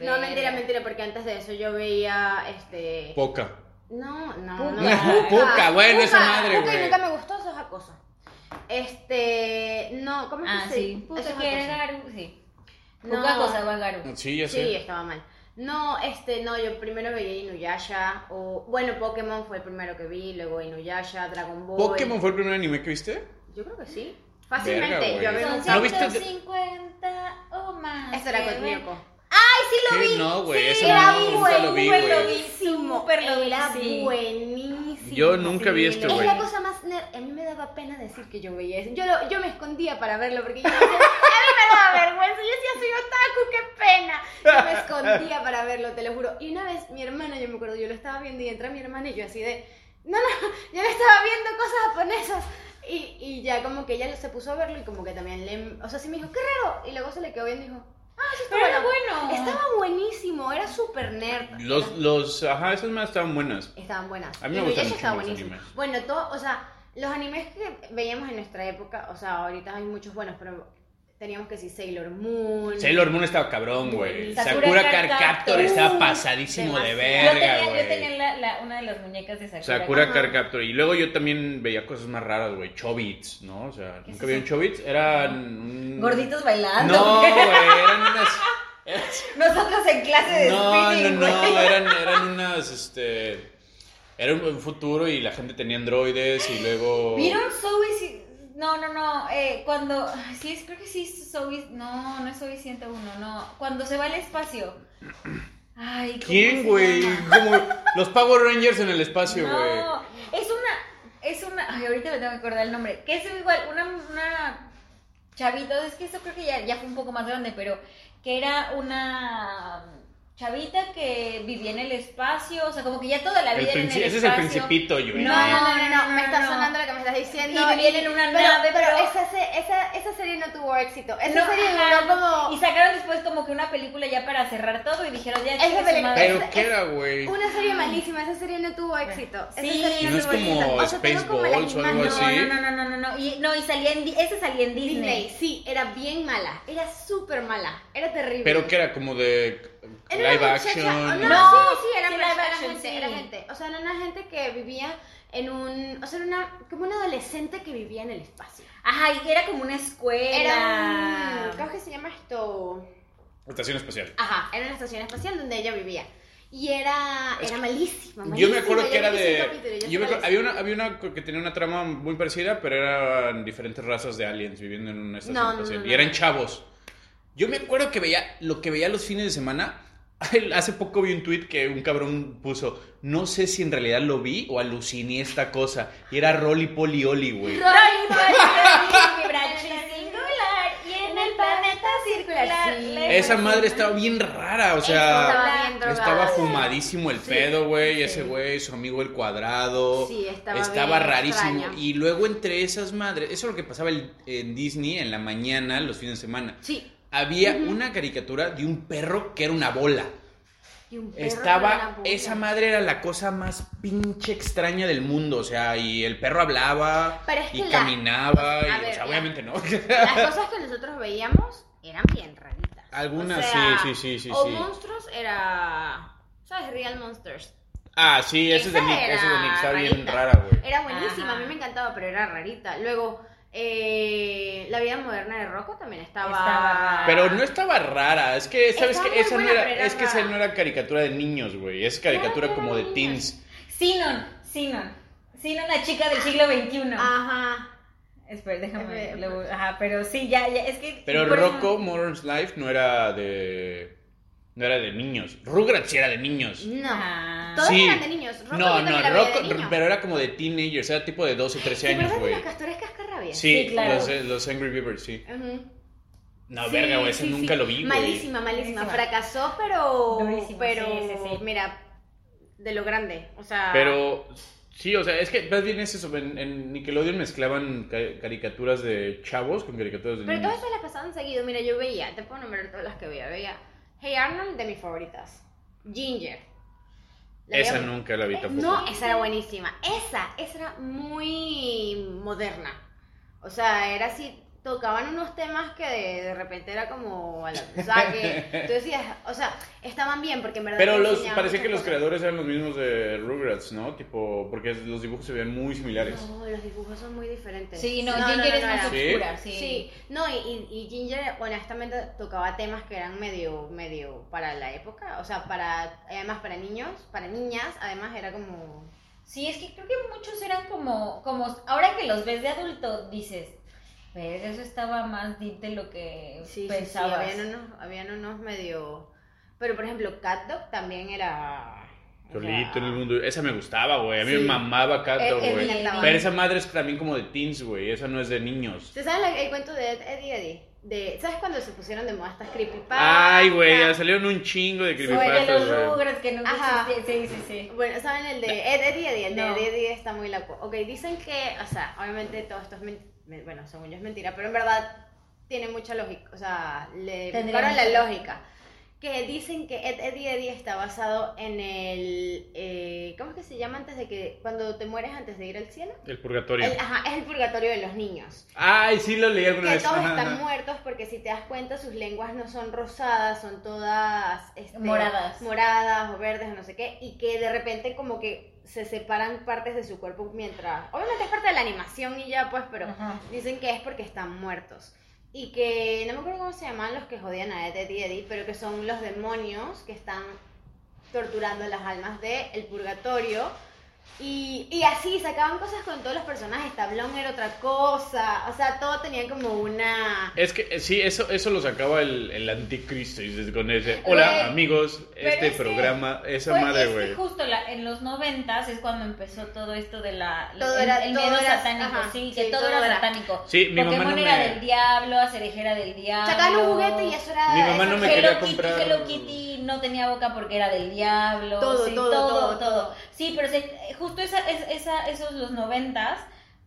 Speaker 2: No,
Speaker 1: Verga.
Speaker 2: mentira, mentira, porque antes de eso yo veía este.
Speaker 4: poca.
Speaker 2: no, no,
Speaker 1: Puka.
Speaker 2: no.
Speaker 1: Puka,
Speaker 4: bueno, esa madre,
Speaker 2: Puka,
Speaker 4: güey.
Speaker 2: nunca me gustó, eso es acoso. Este. No, ¿cómo es
Speaker 1: Ah,
Speaker 2: que se
Speaker 1: sí.
Speaker 2: eso
Speaker 1: Puta
Speaker 2: es
Speaker 1: que era
Speaker 2: acoso.
Speaker 1: Garu, sí.
Speaker 2: No.
Speaker 1: Poca cosa va Garu.
Speaker 4: Sí, ya
Speaker 2: Sí,
Speaker 4: sé.
Speaker 2: estaba mal. No, este, no, yo primero veía Inuyasha. O, bueno, Pokémon fue el primero que vi, luego Inuyasha, Dragon Ball.
Speaker 4: ¿Pokémon fue el primer anime que viste?
Speaker 2: Yo creo que sí. Fácilmente,
Speaker 4: Verga, güey.
Speaker 2: yo había
Speaker 4: ¿No
Speaker 2: gustado.
Speaker 1: Son
Speaker 4: viste?
Speaker 1: 150 o más.
Speaker 2: Eso era
Speaker 1: que
Speaker 2: con
Speaker 1: ven.
Speaker 2: Yoko.
Speaker 4: ¿Qué? No, güey, ese
Speaker 2: era
Speaker 4: no, nunca lo vi,
Speaker 1: buen
Speaker 4: güey.
Speaker 1: buenísimo,
Speaker 2: Era
Speaker 1: sí.
Speaker 2: buenísimo.
Speaker 4: Yo nunca vi este,
Speaker 2: Es
Speaker 4: güey.
Speaker 2: la cosa más ner- A mí me daba pena decir que yo veía eso. Yo, lo- yo me escondía para verlo porque yo decía, a mí me daba vergüenza. Yo decía, soy otaku, qué pena. Yo me escondía para verlo, te lo juro. Y una vez mi hermana, yo me acuerdo, yo lo estaba viendo y entra mi hermana y yo así de, no, no, yo le estaba viendo cosas japonesas. Y, y ya como que ella se puso a verlo y como que también le... O sea, sí me dijo, qué raro. Y luego se le quedó bien y dijo, ah, sí está
Speaker 1: Pero era
Speaker 2: bueno.
Speaker 1: bueno.
Speaker 2: Estaba buenísimo, era súper nerd.
Speaker 4: Los, los, ajá, esas más estaban buenas.
Speaker 2: Estaban buenas.
Speaker 4: A mí me
Speaker 2: Inuyasha
Speaker 4: gustan mucho
Speaker 2: estaba
Speaker 4: los
Speaker 2: buenísimo.
Speaker 4: animes.
Speaker 2: Bueno, todo, o sea, los animes que veíamos en nuestra época, o sea, ahorita hay muchos buenos, pero teníamos que sí Sailor Moon.
Speaker 4: Sailor Moon estaba cabrón, güey.
Speaker 1: Sakura
Speaker 4: Sakura
Speaker 1: Card
Speaker 4: Card Captor
Speaker 1: Captor. uh,
Speaker 4: estaba pasadísimo de
Speaker 1: Yo
Speaker 2: demasiado.
Speaker 4: verga,
Speaker 1: tenía, yo
Speaker 4: güey.
Speaker 1: tenía la, la- una de las muñecas de Sakura.
Speaker 4: Sakura
Speaker 2: Ajá.
Speaker 4: Card Captor. Y luego yo también veía cosas más raras, güey. Chobits, ¿no? O sea,
Speaker 1: ¿Qué es
Speaker 4: nunca vi un
Speaker 1: eso?
Speaker 4: Chobits. Eran. mm,
Speaker 1: Gorditos bailando.
Speaker 4: No, güey. Eran unas.
Speaker 1: Nosotros en clase de
Speaker 4: No, no,
Speaker 1: spinning, güey.
Speaker 4: no. Eran, eran unas. Este. Era un un futuro y la gente tenía androides y luego.
Speaker 1: ¿Vieron Zoe? si- No, no, no. eh, cuando. ay, Sí, es- creo que sí es Zoe. No, no es Zoe 101, no. Cuando se va al espacio. Ay, ¿cómo
Speaker 4: ¿Quién,
Speaker 1: se
Speaker 4: güey?
Speaker 1: llama?
Speaker 4: Como los Power Rangers en el espacio, güey.
Speaker 1: No, es una, es una, ay, ahorita me tengo que acordar el nombre, que es igual, una, una chavita, es que eso creo que ya, ya fue un poco más grande, pero que era una chavita que vivía en el espacio, o sea, como que ya toda la
Speaker 4: El
Speaker 1: vida era en
Speaker 4: princi-
Speaker 1: el
Speaker 4: ese es el
Speaker 1: espacio.
Speaker 4: principito, Yuri.
Speaker 2: No, no, no, no, me está sonando lo que me estás diciendo.
Speaker 1: Y vivían en una
Speaker 2: pero,
Speaker 1: nave,
Speaker 2: pero,
Speaker 1: pero-
Speaker 2: esa, se- esa, esa serie no tuvo éxito. Esa
Speaker 1: No,
Speaker 2: serie
Speaker 1: ajá.
Speaker 2: duró como
Speaker 1: Y sacaron después como que una película ya para cerrar todo y dijeron ya
Speaker 2: Esa
Speaker 1: chingue su
Speaker 2: película-
Speaker 1: madre.
Speaker 4: Pero
Speaker 2: es-
Speaker 4: ¿qué
Speaker 2: es
Speaker 4: era, güey?
Speaker 2: una serie malísima. Esa serie no tuvo éxito. Esa
Speaker 1: Sí,
Speaker 2: serie
Speaker 1: no es
Speaker 2: tuvo éxito.
Speaker 4: como
Speaker 2: O sea, tengo como las
Speaker 4: Spaceballs o algo
Speaker 2: mismas-
Speaker 4: así.
Speaker 2: no,
Speaker 1: no, no, no, no, no, no, y, no, y salía en, Di- ese salía en Disney.
Speaker 2: Disney, sí, era bien mala. Era súper mala. Era terrible.
Speaker 4: Pero que era como de
Speaker 2: Era
Speaker 4: live
Speaker 2: una muchacha-
Speaker 4: action.
Speaker 2: No,
Speaker 1: No,
Speaker 2: sí, sí, era,
Speaker 1: sí,
Speaker 2: era
Speaker 1: live action,
Speaker 2: gente,
Speaker 1: sí.
Speaker 2: era gente. O sea, era una gente que vivía en un. O sea, era una, como un adolescente que vivía en el espacio.
Speaker 1: Ajá, y era como una escuela.
Speaker 2: Era. un- ¿Cómo es que se llama esto?
Speaker 4: Estación espacial.
Speaker 2: Ajá, era una estación espacial donde ella vivía. Y era. Era malísima.
Speaker 4: Yo me
Speaker 2: malísima,
Speaker 4: acuerdo
Speaker 2: ya
Speaker 4: que era
Speaker 2: vi
Speaker 4: de.
Speaker 2: ese capítulo, ya
Speaker 4: yo me
Speaker 2: sé cuál
Speaker 4: acuerdo-
Speaker 2: es.
Speaker 4: había, una, había una que tenía una trama muy parecida, pero eran diferentes razas de aliens viviendo en una estación
Speaker 2: No, no,
Speaker 4: espacial.
Speaker 2: no,
Speaker 4: y
Speaker 2: no.
Speaker 4: eran chavos. Yo me acuerdo que veía lo que veía los fines de semana Hace poco vi un tweet que un cabrón puso, no sé si en realidad lo vi o aluciné esta cosa. Y era Rolly Polly Oli, güey.
Speaker 1: Rolling Polly, mi brazo singular y en el planeta circular.
Speaker 2: Sí.
Speaker 1: le-
Speaker 4: Esa madre estaba bien rara, o sea,
Speaker 2: estaba bien drogada.
Speaker 4: estaba fumadísimo el pedo, güey, ese
Speaker 1: sí.
Speaker 4: güey, su amigo el cuadrado.
Speaker 2: Sí, estaba bien
Speaker 4: rarísimo.
Speaker 2: extraña.
Speaker 4: Y luego entre esas madres, eso es lo que pasaba el- en Disney en la mañana, los fines de semana.
Speaker 2: Sí.
Speaker 4: Había una caricatura de un perro que era una bola.
Speaker 2: Y un perro con una
Speaker 4: Estaba,
Speaker 2: bola.
Speaker 4: esa madre era la cosa más pinche extraña del mundo, o sea, y el perro hablaba
Speaker 2: Pero es
Speaker 4: y
Speaker 2: que la-
Speaker 4: caminaba, y,
Speaker 2: a
Speaker 4: o
Speaker 2: ver,
Speaker 4: sea,
Speaker 2: ya.
Speaker 4: obviamente no.
Speaker 2: Las cosas que nosotros veíamos eran bien raritas.
Speaker 4: Algunas
Speaker 2: O sea,
Speaker 4: sí, sí, sí, sí,
Speaker 2: O
Speaker 4: sí.
Speaker 2: monstruos era. ¿Sabes? Real Monsters.
Speaker 4: Ah, sí, ese es de
Speaker 2: Esa
Speaker 4: Nick, ese es de
Speaker 2: era
Speaker 4: Nick, está bien
Speaker 2: rarita.
Speaker 4: rara, güey.
Speaker 2: Era buenísima,
Speaker 1: Ajá.
Speaker 2: a mí me encantaba, pero era rarita. Luego, eh, La vida moderna de Rocco también estaba.
Speaker 1: Estaba rara.
Speaker 4: Pero no estaba rara, es que, ¿sabes
Speaker 2: Estaba
Speaker 4: qué?
Speaker 2: muy
Speaker 4: Esa no
Speaker 2: buena,
Speaker 4: era,
Speaker 2: pero era
Speaker 4: es que esa
Speaker 2: rara. Ah,
Speaker 4: no era caricatura de niños, güey, es caricatura
Speaker 2: Claro,
Speaker 4: como de
Speaker 2: era de niños.
Speaker 4: teens.
Speaker 1: Sinon, Sinon. Sinon, la chica del siglo XXI.
Speaker 2: Ajá.
Speaker 1: Ah. Espera, déjame.
Speaker 2: Eh,
Speaker 1: lo- ajá, pero sí, ya, ya. Es que.
Speaker 4: Pero
Speaker 1: por eso-
Speaker 4: Rocco, Modern's Life, no era de, no era de niños. Rugrats sí era de niños.
Speaker 2: No.
Speaker 1: Ah.
Speaker 2: Todos
Speaker 4: Sí.
Speaker 2: eran de niños. Rocco yo
Speaker 4: No,
Speaker 2: también
Speaker 4: no,
Speaker 2: la veía
Speaker 4: Rocco,
Speaker 2: de niño.
Speaker 4: pero era como de teenagers, era tipo de 12, 13
Speaker 2: ¿Te acuerdas
Speaker 4: años,
Speaker 2: de
Speaker 4: güey.
Speaker 2: las castores cascarrabias?
Speaker 4: Sí,
Speaker 1: Sí, claro.
Speaker 4: los, eh, los Angry Beavers, sí.
Speaker 2: Ujú.
Speaker 4: No,
Speaker 1: Sí,
Speaker 4: verga, güey, ese
Speaker 1: sí,
Speaker 4: nunca
Speaker 1: sí.
Speaker 4: lo vi, güey.
Speaker 2: Malísima, malísima.
Speaker 1: Malísima.
Speaker 2: Fracasó, pero.
Speaker 1: Durísimo,
Speaker 2: pero.
Speaker 1: sí, sí, sí.
Speaker 2: Mira, de lo grande. O sea.
Speaker 4: Pero sí, o sea, es que más bien es eso. En, en Nickelodeon mezclaban ca- caricaturas de chavos con caricaturas de
Speaker 2: Pero todas
Speaker 4: niños.
Speaker 2: estas las pasaban seguido. Mira, yo veía, te puedo nombrar todas las que veía. Veía Hey Arnold, de mis favoritas. Ginger. La
Speaker 4: Esa
Speaker 2: veía-
Speaker 4: nunca la vi
Speaker 2: Eh,
Speaker 4: tampoco.
Speaker 2: No, esa era buenísima. Esa, esa era muy moderna. O sea, era así, tocaban unos temas que de, de repente era como... a la- O sea, que tú decías, o sea, estaban bien porque en verdad...
Speaker 4: Pero
Speaker 2: te
Speaker 4: los,
Speaker 2: enseñaban
Speaker 4: parecía que los
Speaker 2: muchas
Speaker 4: creadores eran los mismos de Rugrats, ¿no? Tipo, porque los dibujos se veían muy similares.
Speaker 2: cosas. No, los dibujos son muy diferentes.
Speaker 1: Sí, no, Ginger es más
Speaker 2: era-
Speaker 4: ¿Sí?
Speaker 1: oscura, sí.
Speaker 2: Sí, no, y, y- y Ginger honestamente tocaba temas que eran medio, medio para la época, o sea, para, además para niños, para niñas, además era como...
Speaker 1: Sí, es que creo que muchos eran como, como ahora que los ves de adulto, dices, pero eso estaba más deep de lo que
Speaker 2: Sí, sí, sí,
Speaker 1: pensabas.
Speaker 2: habían unos, habían unos medio... Pero por ejemplo, Cat Dog también era... o sea,
Speaker 4: Solito en el mundo. Esa me gustaba, güey. A mí
Speaker 2: Sí.
Speaker 4: me mamaba
Speaker 1: Eh,
Speaker 4: Cato,
Speaker 1: eh,
Speaker 4: güey.
Speaker 1: me encantaba.
Speaker 4: Pero esa madre es también como de teens, güey. Esa no es de niños.
Speaker 2: ¿Te sabes la- el cuento de Ed, Eddie Eddie? De, ¿Sabes cuando se pusieron de moda estas creepypastas?
Speaker 4: Ay, güey, ya salieron un chingo de
Speaker 1: O el de los
Speaker 4: creepypastas, güey.
Speaker 1: rugras que no
Speaker 2: Ajá.
Speaker 1: Sí, sí, sí.
Speaker 2: Bueno, ¿saben el de Ed, Ed y Eddie? El de
Speaker 1: No.
Speaker 2: Ed, Ed y Eddie está muy loco. Ok, dicen que, o sea, obviamente todo esto es mentira, bueno, según yo es mentira, pero en verdad tiene mucha lógica, o sea, le
Speaker 1: Tendría
Speaker 2: buscaron la
Speaker 1: mucha-
Speaker 2: lógica. Que dicen que Ed, Ed y Eddie está basado en el, eh, ¿cómo es que se llama antes de que, cuando te mueres antes de ir al cielo?
Speaker 4: El purgatorio.
Speaker 2: El- ajá, es el purgatorio de los niños.
Speaker 4: Ay, sí lo leí alguna
Speaker 2: Que
Speaker 4: vez.
Speaker 2: todos
Speaker 4: Ajá,
Speaker 2: están
Speaker 4: ajá.
Speaker 2: muertos porque si te das cuenta sus lenguas no son rosadas, son todas este,
Speaker 1: Moradas.
Speaker 2: moradas o verdes o no sé qué, y que de repente como que se separan partes de su cuerpo mientras... Obviamente es parte de la animación y ya pues, pero
Speaker 1: Ajá.
Speaker 2: dicen que es porque están muertos. Y que no me acuerdo cómo se llaman los que jodían a Ed, Ed y Eddie, pero que son los demonios que están torturando las almas del el purgatorio. Y, y así sacaban cosas con todos los personajes. Tablón era otra cosa. O sea, todo tenía como una.
Speaker 4: Es que eh, sí, eso, eso lo sacaba el, el anticristo y se- con ese. Hola,
Speaker 1: Güey,
Speaker 4: amigos,
Speaker 1: pero
Speaker 4: este
Speaker 1: es que-
Speaker 4: programa, esa
Speaker 1: Pues,
Speaker 4: madre,
Speaker 1: es que
Speaker 4: güey.
Speaker 1: justo la- en los noventas es cuando empezó todo esto de la
Speaker 2: Todo
Speaker 1: el,
Speaker 2: era-
Speaker 1: el
Speaker 2: todo
Speaker 1: miedo
Speaker 2: era-
Speaker 1: satánico,
Speaker 2: ajá,
Speaker 1: sí,
Speaker 2: sí,
Speaker 1: que todo,
Speaker 2: todo
Speaker 1: era
Speaker 2: era.
Speaker 1: satánico.
Speaker 4: Sí, mi mamá
Speaker 1: Pokémon
Speaker 4: no
Speaker 1: era
Speaker 4: me-
Speaker 1: del diablo, acerejera del diablo.
Speaker 2: Sacaban un juguete y eso era.
Speaker 4: Mi
Speaker 2: eso
Speaker 4: mamá no me
Speaker 2: era-
Speaker 4: quería
Speaker 1: Hello Kitty,
Speaker 4: comprar-
Speaker 1: Hello Kitty no tenía boca porque era del diablo.
Speaker 2: Todo,
Speaker 1: sí,
Speaker 2: todo, todo, todo.
Speaker 1: Sí, pero se- justo esa, es- esa, esos los noventas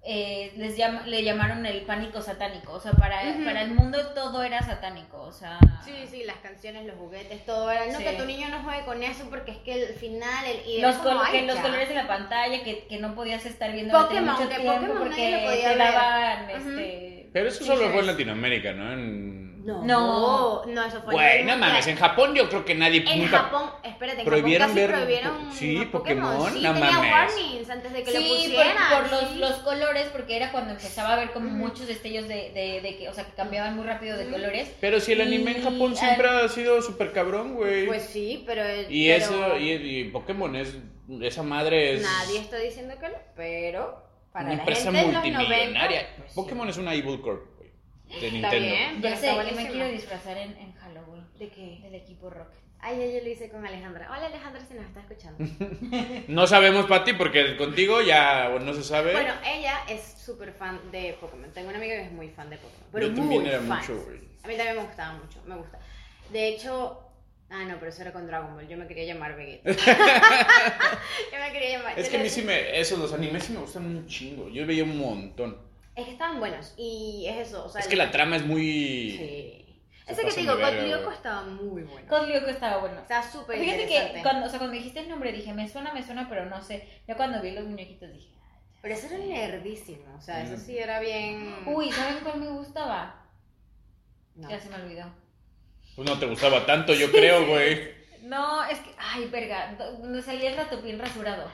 Speaker 1: eh, les llama- le llamaron el pánico satánico. O sea, para,
Speaker 2: Ujú.
Speaker 1: para el mundo todo era satánico. O sea,
Speaker 2: Sí, sí, las canciones, los juguetes, todo era. No,
Speaker 1: Sí.
Speaker 2: que tu niño no juegue con eso porque es que al final. El, y era
Speaker 1: los,
Speaker 2: como,
Speaker 1: col-
Speaker 2: ay,
Speaker 1: que los
Speaker 2: ya.
Speaker 1: colores de la pantalla que, que no podías estar viendo
Speaker 2: Pokémon,
Speaker 1: mucho
Speaker 2: que
Speaker 1: tiempo
Speaker 2: Pokémon
Speaker 1: porque
Speaker 2: nadie lo podía
Speaker 1: te
Speaker 2: ver.
Speaker 1: daban
Speaker 2: Ujú.
Speaker 1: este
Speaker 4: Pero eso
Speaker 1: sí,
Speaker 4: solo fue en
Speaker 1: sí.
Speaker 4: Latinoamérica, ¿no? En...
Speaker 2: No.
Speaker 1: No.
Speaker 2: No, eso fue.
Speaker 4: Güey,
Speaker 2: en
Speaker 4: no
Speaker 2: el
Speaker 4: mames, en
Speaker 2: mundial.
Speaker 4: Japón yo creo que nadie
Speaker 2: En
Speaker 4: nunca-
Speaker 2: Japón, espérate, en
Speaker 4: prohibieron
Speaker 2: Japón casi
Speaker 4: ver-
Speaker 2: prohibieron
Speaker 4: sí,
Speaker 2: los
Speaker 4: Pokémon,
Speaker 2: Sí,
Speaker 4: no
Speaker 2: tenía
Speaker 4: mames.
Speaker 2: warnings antes de que lo
Speaker 1: Sí, por,
Speaker 2: pusieran.
Speaker 1: por los,
Speaker 2: sí.
Speaker 1: los colores, porque era cuando empezaba a ver como
Speaker 2: Ujú.
Speaker 1: muchos destellos de, de, de que, o sea, que cambiaban muy rápido de
Speaker 2: Ujú.
Speaker 1: colores.
Speaker 4: Pero si el anime en
Speaker 1: Y-
Speaker 4: Japón siempre
Speaker 1: ah,
Speaker 4: ha sido súper cabrón, güey.
Speaker 2: Pues sí, pero.
Speaker 4: y
Speaker 2: pero
Speaker 4: eso, y, y Pokémon es. Esa madre es.
Speaker 2: Nadie está diciendo que no, pero. Para
Speaker 4: una
Speaker 2: la
Speaker 4: empresa
Speaker 2: gente en los 90,
Speaker 4: multimillonaria.
Speaker 2: pues sí.
Speaker 4: Pokémon es una Evil Corp, güey. De
Speaker 2: Está
Speaker 4: Nintendo.
Speaker 2: bien,
Speaker 1: Ya
Speaker 2: pero está
Speaker 1: sé, que me
Speaker 2: buenísimo.
Speaker 1: quiero disfrazar en, en Halloween
Speaker 2: ¿De qué?
Speaker 1: del equipo Rocket.
Speaker 2: Ay, yo, yo lo hice con Alejandra. Hola Alejandra, si nos está escuchando.
Speaker 4: No sabemos, Pati, porque contigo ya bueno, no se sabe.
Speaker 2: Bueno, ella es súper fan de Pokémon. Tengo una amiga que es muy fan de Pokémon. Pero
Speaker 4: Yo
Speaker 2: muy
Speaker 4: también era
Speaker 2: fan.
Speaker 4: mucho, güey.
Speaker 2: A mí también me gustaba mucho, me gusta. De hecho, ah, no, pero eso era con Dragon Ball. Yo me quería llamar Vegeta. yo me quería llamar.
Speaker 4: es
Speaker 2: yo
Speaker 4: que a
Speaker 2: le-
Speaker 4: mí sí me. Esos, los animes sí me gustan un chingo. Yo veía un montón.
Speaker 2: Es que estaban buenos y es eso. O sea,
Speaker 4: es que la trama es muy.
Speaker 2: Sí.
Speaker 4: Se
Speaker 2: Ese que te
Speaker 4: pasan
Speaker 2: digo,
Speaker 4: de verga,
Speaker 2: Cotlioco
Speaker 4: güey.
Speaker 2: estaba muy bueno.
Speaker 1: Cotlioco estaba bueno.
Speaker 2: Estaba súper
Speaker 1: Fíjate
Speaker 2: interesante.
Speaker 1: que cuando, o sea, cuando dijiste el nombre dije, me suena, me suena, pero no sé. Ya cuando vi los muñequitos dije, "Ah,
Speaker 2: Pero eso era nerdísimo. O sea, eso
Speaker 4: Mm.
Speaker 2: sí era bien.
Speaker 1: uy, ¿saben cuál me gustaba?
Speaker 2: No.
Speaker 1: Ya se me olvidó.
Speaker 4: Pues no te gustaba tanto, yo creo, güey.
Speaker 1: No, es que, ay, verga, do- donde salía el ratopín rasurado.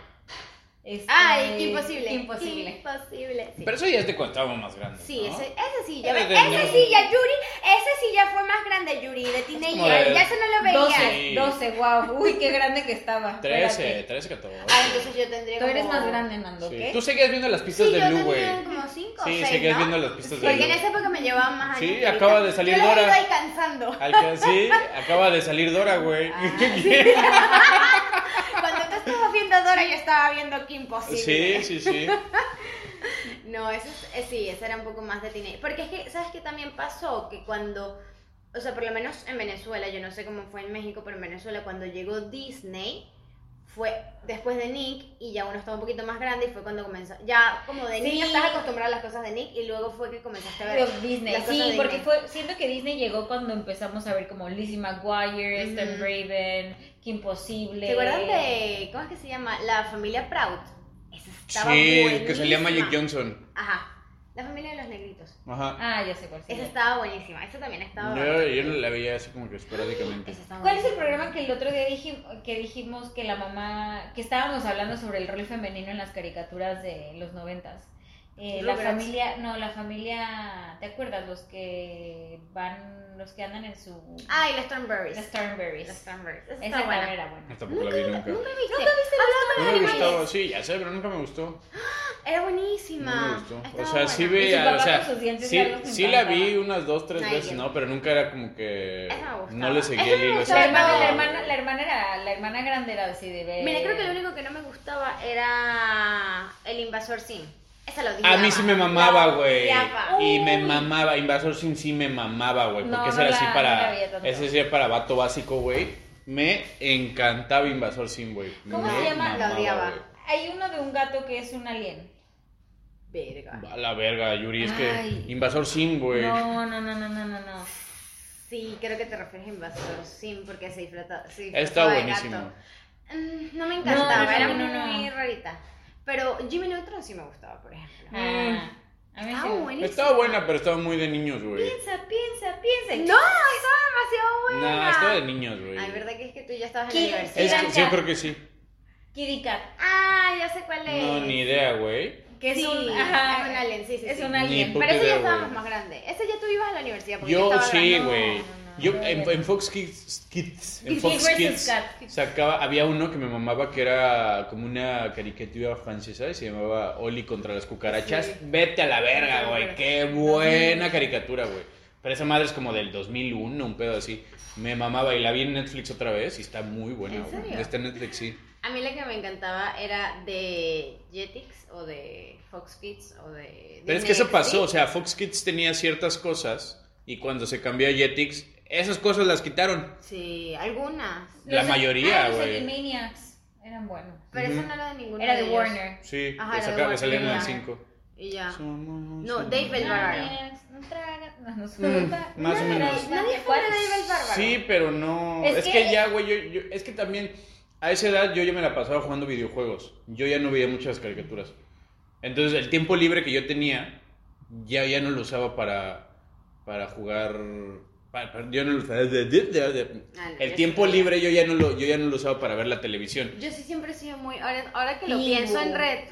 Speaker 1: Este,
Speaker 2: Ay, imposible.
Speaker 1: Imposible.
Speaker 2: Imposible. Sí,
Speaker 4: Pero eso ya es de cuando estábamos más grandes.
Speaker 2: Sí,
Speaker 4: ¿no?
Speaker 2: ese, ese sí ya.
Speaker 4: Era
Speaker 2: ve-
Speaker 4: de
Speaker 2: Ese
Speaker 4: nerd.
Speaker 2: sí ya, Yuri. Ese sí ya fue más grande, Yuri, de
Speaker 4: como
Speaker 2: teenager.
Speaker 4: de
Speaker 2: Ya se no lo veía.
Speaker 1: 12, 12, wow, uy, qué grande que estaba.
Speaker 4: 13,
Speaker 1: Espérate.
Speaker 4: 13, 14.
Speaker 2: Ah, entonces yo tendría
Speaker 1: Tú eres
Speaker 2: como-
Speaker 1: más grande, Nando,
Speaker 4: Sí.
Speaker 1: ¿qué?
Speaker 4: Tú seguías viendo las pistas
Speaker 2: sí,
Speaker 4: de
Speaker 2: yo
Speaker 4: Blue, güey.
Speaker 2: tendría como 5
Speaker 4: Sí,
Speaker 2: o 6,
Speaker 4: seguías
Speaker 2: ¿no?
Speaker 4: viendo las pistas de
Speaker 2: Porque en
Speaker 4: Blue.
Speaker 2: esa época me llevaban más
Speaker 4: Sí,
Speaker 2: años. que
Speaker 4: acaba
Speaker 2: ahorita.
Speaker 4: de salir
Speaker 2: yo las he
Speaker 4: Dora.
Speaker 2: ido alcanzando.
Speaker 4: Al que- sí, acaba de salir Dora, güey.
Speaker 2: Ah, Cuando tú estabas viendo Dora, yo estaba viendo Kim
Speaker 4: sí,
Speaker 2: Possible.
Speaker 4: sí, sí.
Speaker 2: No, eso es, eh, sí, esa era un poco más de teenager. Porque es que, ¿sabes qué también pasó? Que cuando, o sea, por lo menos en Venezuela, yo no sé cómo fue en México, pero en Venezuela cuando llegó Disney, fue después de Nick y ya uno estaba un poquito más grande y fue cuando comenzó, ya como de
Speaker 1: Sí.
Speaker 2: niño estás acostumbrado a las cosas de Nick y luego fue que comenzaste a ver.
Speaker 1: Los Disney,
Speaker 2: las cosas
Speaker 1: sí,
Speaker 2: de
Speaker 1: porque
Speaker 2: Disney.
Speaker 1: fue, siento que Disney llegó cuando empezamos a ver como Lizzie McGuire,
Speaker 2: Ujú.
Speaker 1: Stan Raven, que imposible.
Speaker 2: ¿Se acuerdan de, cómo es que se llama? La familia Proud. Esa estaba
Speaker 4: Sí, el que salía
Speaker 2: buenísima.
Speaker 4: Magic Johnson.
Speaker 2: Ajá, la familia de los negritos.
Speaker 4: Ajá.
Speaker 1: Ah, ya sé cuál. sí,
Speaker 2: Esa
Speaker 1: ya.
Speaker 2: estaba buenísima, esa también estaba...
Speaker 4: Yo, yo no la veía así como que esporádicamente.
Speaker 2: Esa estaba
Speaker 1: ¿Cuál es el
Speaker 2: buenísima.
Speaker 1: programa que el otro día dijim- que dijimos que la mamá, que estábamos hablando sobre el rol femenino en las caricaturas de los noventas? Eh, la
Speaker 2: Rugrats.
Speaker 1: familia, no, la familia, ¿te acuerdas? Los que van, los que andan en su...
Speaker 2: Ay, los Thornberries.
Speaker 1: The Sternberries.
Speaker 2: Los Thornberries. Esa
Speaker 1: Esa
Speaker 2: está
Speaker 1: también
Speaker 2: buena.
Speaker 1: era buena.
Speaker 4: No, Tampoco la vi nunca.
Speaker 2: ¿Nunca viste? Ah,
Speaker 4: No
Speaker 2: ¿Nunca
Speaker 4: me
Speaker 2: viste
Speaker 4: gustaba, sí, ya sé, pero nunca me gustó.
Speaker 2: Era
Speaker 4: No
Speaker 2: buenísima.
Speaker 4: me gustó.
Speaker 2: Estaba
Speaker 4: O sea, sí
Speaker 2: buena.
Speaker 1: Y su
Speaker 4: veía,
Speaker 1: papá
Speaker 4: o sea,
Speaker 1: con sus dientes
Speaker 4: sí,
Speaker 1: largos me
Speaker 4: sí la
Speaker 1: encantaba.
Speaker 4: vi unas dos, tres
Speaker 2: Ay,
Speaker 4: veces,
Speaker 2: yo-
Speaker 4: ¿no? Pero nunca era como que
Speaker 2: Esa me gustaba.
Speaker 4: no le seguía el
Speaker 2: Esa me
Speaker 4: hilo.
Speaker 2: gustaba.
Speaker 1: La hermana,
Speaker 2: no.
Speaker 1: la hermana, la hermana era, la hermana grande era así de ver.
Speaker 2: Mira, creo que lo único que no me gustaba era el invasor Sim. Esa lo dije.
Speaker 4: A mí sí me mamaba,
Speaker 2: La
Speaker 4: güey.
Speaker 2: odiaba.
Speaker 4: Y me mamaba, Invasor Sin sí me mamaba, güey.
Speaker 1: No,
Speaker 4: Porque ese
Speaker 1: no
Speaker 4: era
Speaker 1: la-
Speaker 4: así
Speaker 1: no la
Speaker 4: para.
Speaker 1: veía tanto.
Speaker 4: ese sí era para vato básico, güey. Me encantaba Invasor Sin, güey.
Speaker 1: ¿Cómo
Speaker 4: Me
Speaker 1: se
Speaker 2: La
Speaker 1: llama?
Speaker 4: mamaba,
Speaker 2: odiaba.
Speaker 4: güey.
Speaker 1: Hay uno de un gato que es un alien.
Speaker 2: Verga.
Speaker 4: A la verga, Yuri, es
Speaker 1: Ay.
Speaker 4: que Invasor Sin, güey.
Speaker 1: No, no, no, no, no, no, no.
Speaker 2: Sí, creo que te refieres a invasor Sim porque se disfruta. Se disfrazaba
Speaker 4: Está
Speaker 2: de
Speaker 4: buenísimo.
Speaker 2: gato. Mm, No me encantaba,
Speaker 4: No, no,
Speaker 2: era
Speaker 4: no,
Speaker 1: no,
Speaker 2: muy
Speaker 1: no.
Speaker 2: rarita. Pero Jimmy Neutron sí me gustaba, por ejemplo.
Speaker 1: Ah, a mí sí.
Speaker 2: Estaba
Speaker 1: me-
Speaker 2: buenísima.
Speaker 4: Estaba buena, pero estaba muy de niños, güey.
Speaker 1: Piensa, piensa, piensa.
Speaker 2: No, estaba demasiado
Speaker 4: No,
Speaker 2: buena.
Speaker 4: estaba de niños, güey.
Speaker 2: Ay, ¿verdad que es que tú ya estabas en
Speaker 1: ¿Quién?
Speaker 2: la universidad?
Speaker 4: Es que,
Speaker 1: Blanca.
Speaker 4: sí, yo creo que sí.
Speaker 1: Kitty Cat,
Speaker 2: Ah, ya sé cuál es.
Speaker 4: No, ni idea, güey.
Speaker 1: que es
Speaker 2: Sí,
Speaker 1: un,
Speaker 2: es un alien, sí, sí,
Speaker 1: Es
Speaker 2: sí.
Speaker 1: un
Speaker 2: Ni
Speaker 1: alien.
Speaker 4: puta
Speaker 2: Pero ese
Speaker 4: idea,
Speaker 2: ya estábamos
Speaker 4: güey.
Speaker 2: más grande. Ese ya tú ibas a la universidad. Porque
Speaker 4: Yo
Speaker 2: estaba
Speaker 4: sí,
Speaker 2: grande.
Speaker 4: güey.
Speaker 1: no, no,
Speaker 4: Yo
Speaker 1: no,
Speaker 4: en,
Speaker 1: no.
Speaker 4: en Fox Kids, Kids- en
Speaker 1: Kids
Speaker 4: Fox
Speaker 1: versus
Speaker 4: Kids
Speaker 1: Cat.
Speaker 4: sacaba, había uno que me mamaba que era como una caricatura francesa y se llamaba Oli contra las cucarachas.
Speaker 2: Sí.
Speaker 4: Vete a la verga,
Speaker 2: Sí,
Speaker 4: güey.
Speaker 2: pero-
Speaker 4: Qué buena caricatura, güey. Pero esa madre es como del 2001, un pedo así. Me mamaba y la vi en Netflix otra vez y está muy buena,
Speaker 2: ¿En
Speaker 4: güey.
Speaker 2: serio?
Speaker 4: Está en Netflix, sí.
Speaker 2: A mí la que me encantaba era de Jetix o de Fox Kids o de.
Speaker 4: Pero es que eso pasó, o sea, Fox Kids tenía ciertas cosas y cuando se cambió a Jetix, esas cosas las quitaron.
Speaker 2: Sí, algunas.
Speaker 4: La
Speaker 1: Los-
Speaker 4: mayoría,
Speaker 1: ah, los
Speaker 4: güey.
Speaker 1: Animaniacs eran buenos.
Speaker 2: Pero eso
Speaker 4: Ujú.
Speaker 2: no era de ninguno.
Speaker 1: Era de
Speaker 2: ellos.
Speaker 1: Warner.
Speaker 4: Sí,
Speaker 2: Ajá, la
Speaker 4: le
Speaker 2: de
Speaker 4: saca- le
Speaker 2: Warner,
Speaker 4: salieron en
Speaker 2: ya.
Speaker 4: 5.
Speaker 2: Y ya. No,
Speaker 4: No,
Speaker 2: Dave El Bárbaro.
Speaker 1: Animaniacs, no traga, no nos
Speaker 4: Mm,
Speaker 1: gusta.
Speaker 4: más o
Speaker 1: Nadie
Speaker 4: menos.
Speaker 1: sabe
Speaker 2: Nadie fue
Speaker 1: cuál.
Speaker 2: de Dave el Bárbaro.
Speaker 4: Sí, pero no.
Speaker 1: Es
Speaker 4: Es,
Speaker 1: que-
Speaker 4: que... ya, güey, yo, yo- es que también a esa edad yo ya me la pasaba jugando videojuegos. Yo ya no veía muchas caricaturas. Entonces el tiempo libre que yo tenía ya, ya no lo usaba para, para jugar. para- para- yo no lo usaba.
Speaker 2: Ah, no, yo
Speaker 4: El tiempo
Speaker 2: sí.
Speaker 4: libre yo ya no lo, yo ya no lo usaba para ver la televisión.
Speaker 2: Yo sí siempre he sido muy, ahora, ahora que lo
Speaker 1: Ew.
Speaker 2: pienso en re-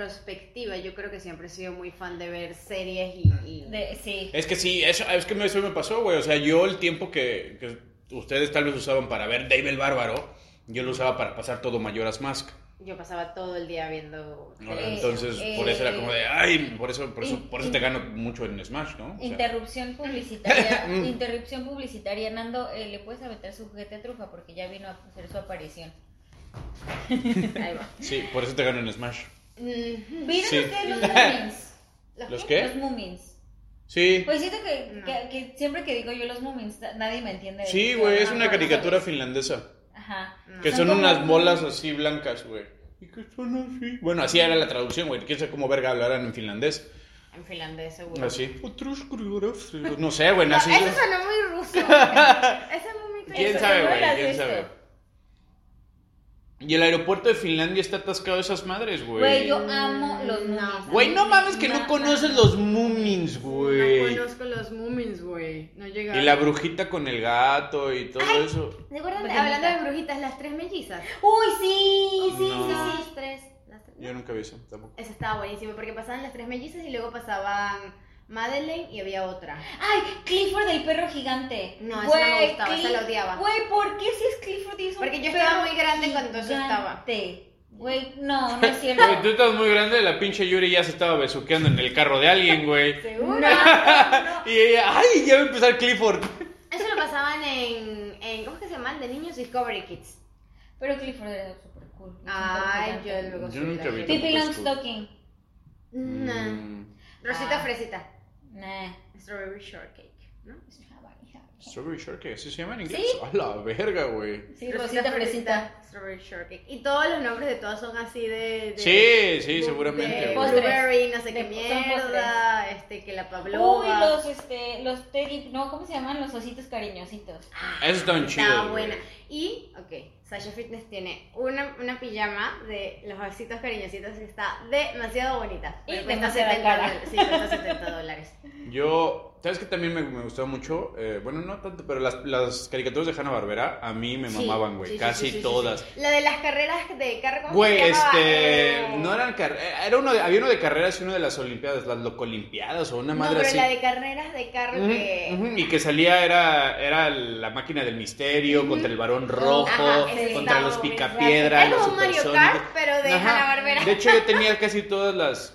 Speaker 2: retrospectiva, yo creo que siempre he sido muy fan de ver series y... y-
Speaker 1: De- sí.
Speaker 4: Es que sí, eso, es que me- eso me pasó, güey. O sea, yo el tiempo que, que ustedes tal vez usaban para ver Dave el Bárbaro, yo lo usaba para pasar todo Mayoras Mask.
Speaker 2: Yo pasaba todo el día viendo.
Speaker 4: Ahora,
Speaker 1: Eh,
Speaker 4: entonces, por eso era como de,
Speaker 1: eh,
Speaker 4: ay, por eso, por eso,
Speaker 1: in-
Speaker 4: por eso te gano mucho en Smash, ¿no? O sea,
Speaker 1: Interrupción publicitaria.
Speaker 4: Mm.
Speaker 1: interrupción publicitaria, Nando. eh, Le puedes aventar su juguete a trufa porque ya vino a hacer su aparición.
Speaker 2: Ahí va.
Speaker 4: sí, por eso te gano en Smash.
Speaker 2: Mm,
Speaker 1: ¿Vieron
Speaker 4: Sí.
Speaker 1: ustedes los Moomins?
Speaker 4: ¿Los
Speaker 2: qué?
Speaker 4: qué?
Speaker 1: Los Moomins.
Speaker 4: Sí,
Speaker 1: Pues siento que,
Speaker 2: No.
Speaker 1: que- que siempre que digo yo los Moomins, na- nadie me entiende. de
Speaker 4: sí,
Speaker 1: qué
Speaker 4: güey, es
Speaker 1: hablan,
Speaker 4: una
Speaker 1: pero Pues, no
Speaker 4: caricatura
Speaker 1: sabes.
Speaker 4: finlandesa.
Speaker 1: Ajá.
Speaker 2: No.
Speaker 4: Que
Speaker 1: Son
Speaker 4: son
Speaker 1: como-
Speaker 4: unas bolas así blancas, güey. Y que son así. Bueno, así era la traducción, güey. Quién sabe cómo verga hablarán en finlandés.
Speaker 2: En finlandés, seguro.
Speaker 4: Así. No sé, güey,
Speaker 2: No,
Speaker 4: así.
Speaker 2: eso sonó muy ruso. Eso es muy
Speaker 4: ¿Quién
Speaker 1: Eso,
Speaker 4: sabe,
Speaker 1: seguro
Speaker 4: güey?
Speaker 1: las
Speaker 4: ¿Quién
Speaker 1: viste.
Speaker 4: sabe? Y el aeropuerto de Finlandia está atascado de esas madres, güey.
Speaker 1: Güey, yo amo los
Speaker 2: No.
Speaker 1: Moomins.
Speaker 4: Güey, no mames que no,
Speaker 2: No,
Speaker 4: conoces
Speaker 2: no.
Speaker 4: los Moomins, güey.
Speaker 2: No conozco los Moomins, güey. No llegaba.
Speaker 4: y la brujita con el gato y todo eso.
Speaker 1: ¿Se acuerdan de-
Speaker 2: Hablando de brujitas, las tres mellizas.
Speaker 1: Uy, sí, sí,
Speaker 4: No.
Speaker 1: sí, sí.
Speaker 2: Las tres. Las tres.
Speaker 4: Yo nunca vi eso, tampoco.
Speaker 2: Eso estaba buenísimo porque pasaban las tres mellizas y luego pasaban Madeleine y había otra.
Speaker 1: Ay, Clifford el perro gigante.
Speaker 2: No, esa no me gustaba, esa la odiaba.
Speaker 1: Güey, ¿por qué si es Clifford y es un
Speaker 2: Porque yo estaba
Speaker 1: perro
Speaker 2: muy grande cuando eso estaba.
Speaker 1: gigante? Güey, no, no es cierto.
Speaker 4: Güey, tú estás muy grande, la pinche Yuri ya se estaba besuqueando en el carro de alguien, güey.
Speaker 1: No,
Speaker 2: ¿Seguro?
Speaker 1: no.
Speaker 4: Y ella, ay, ya va a empezar Clifford.
Speaker 2: Eso lo pasaban en, en. ¿Cómo es que se llaman? De niños Discovery Kids.
Speaker 1: Pero Clifford era súper cool. es un
Speaker 2: Ay,
Speaker 1: perro
Speaker 2: yo
Speaker 1: gigante.
Speaker 2: luego
Speaker 4: Yo
Speaker 2: soy
Speaker 4: nunca
Speaker 2: la
Speaker 4: vi
Speaker 2: gente.
Speaker 1: Pippi
Speaker 4: Tampoco es cool.
Speaker 1: Longstocking.
Speaker 2: Nah.
Speaker 4: Mm,
Speaker 2: Rosita
Speaker 1: Ah.
Speaker 2: Fresita.
Speaker 1: Nah.
Speaker 2: Strawberry Shortcake. ¿No?
Speaker 1: es una varija.
Speaker 4: Strawberry Shortcake, ¿así se llama en inglés? A la verga, güey.
Speaker 1: Sí, Rosita Fresita.
Speaker 2: Strawberry Shortcake. Y todos los nombres de todos son así de. de
Speaker 4: Sí, sí,
Speaker 2: de-
Speaker 4: seguramente.
Speaker 2: de
Speaker 4: güey.
Speaker 1: postre.
Speaker 2: Blueberry, no sé qué
Speaker 1: De- son
Speaker 2: mierda. Este, que la Pavlova.
Speaker 1: Uy, los, este, los Teddy, no, ¿cómo se llaman? Los ositos cariñositos.
Speaker 4: Esos estaban chidos.
Speaker 2: Estaba
Speaker 4: güey.
Speaker 2: buena. Y, ok, Sasha Fitness tiene una, una pijama de los ositos cariñositos que está demasiado bonita.
Speaker 1: Y
Speaker 2: Pero
Speaker 1: demasiado cara.
Speaker 2: dólares. Sí, cuesta 70 dólares.
Speaker 4: Yo, ¿sabes que también me, me gustaba mucho? Eh, bueno, no tanto, pero las, las caricaturas de Hanna-Barbera a mí me
Speaker 2: Sí,
Speaker 4: mamaban, güey.
Speaker 2: sí, sí,
Speaker 4: Casi
Speaker 2: sí, sí, sí.
Speaker 4: todas.
Speaker 2: La de las carreras de carro, ¿cómo
Speaker 4: Güey,
Speaker 2: se llamaba?
Speaker 4: este,
Speaker 2: Eh,
Speaker 4: no eran carreras, era uno de, había uno de carreras y uno de las olimpiadas, las locolimpiadas o una
Speaker 2: no,
Speaker 4: madre
Speaker 2: pero
Speaker 4: así.
Speaker 2: la de carreras de carro
Speaker 4: Ujú,
Speaker 2: que...
Speaker 4: ujú, Y que salía era, era la máquina del misterio contra el varón rojo,
Speaker 2: Ajá, ese
Speaker 4: contra
Speaker 2: estaba
Speaker 4: los
Speaker 2: buenísimo.
Speaker 4: picapiedras,
Speaker 2: Era
Speaker 4: los
Speaker 2: como Mario
Speaker 4: supersónicos.
Speaker 2: Kart, pero de
Speaker 4: Ajá.
Speaker 2: Hanna-Barbera.
Speaker 4: De hecho, yo tenía casi todas las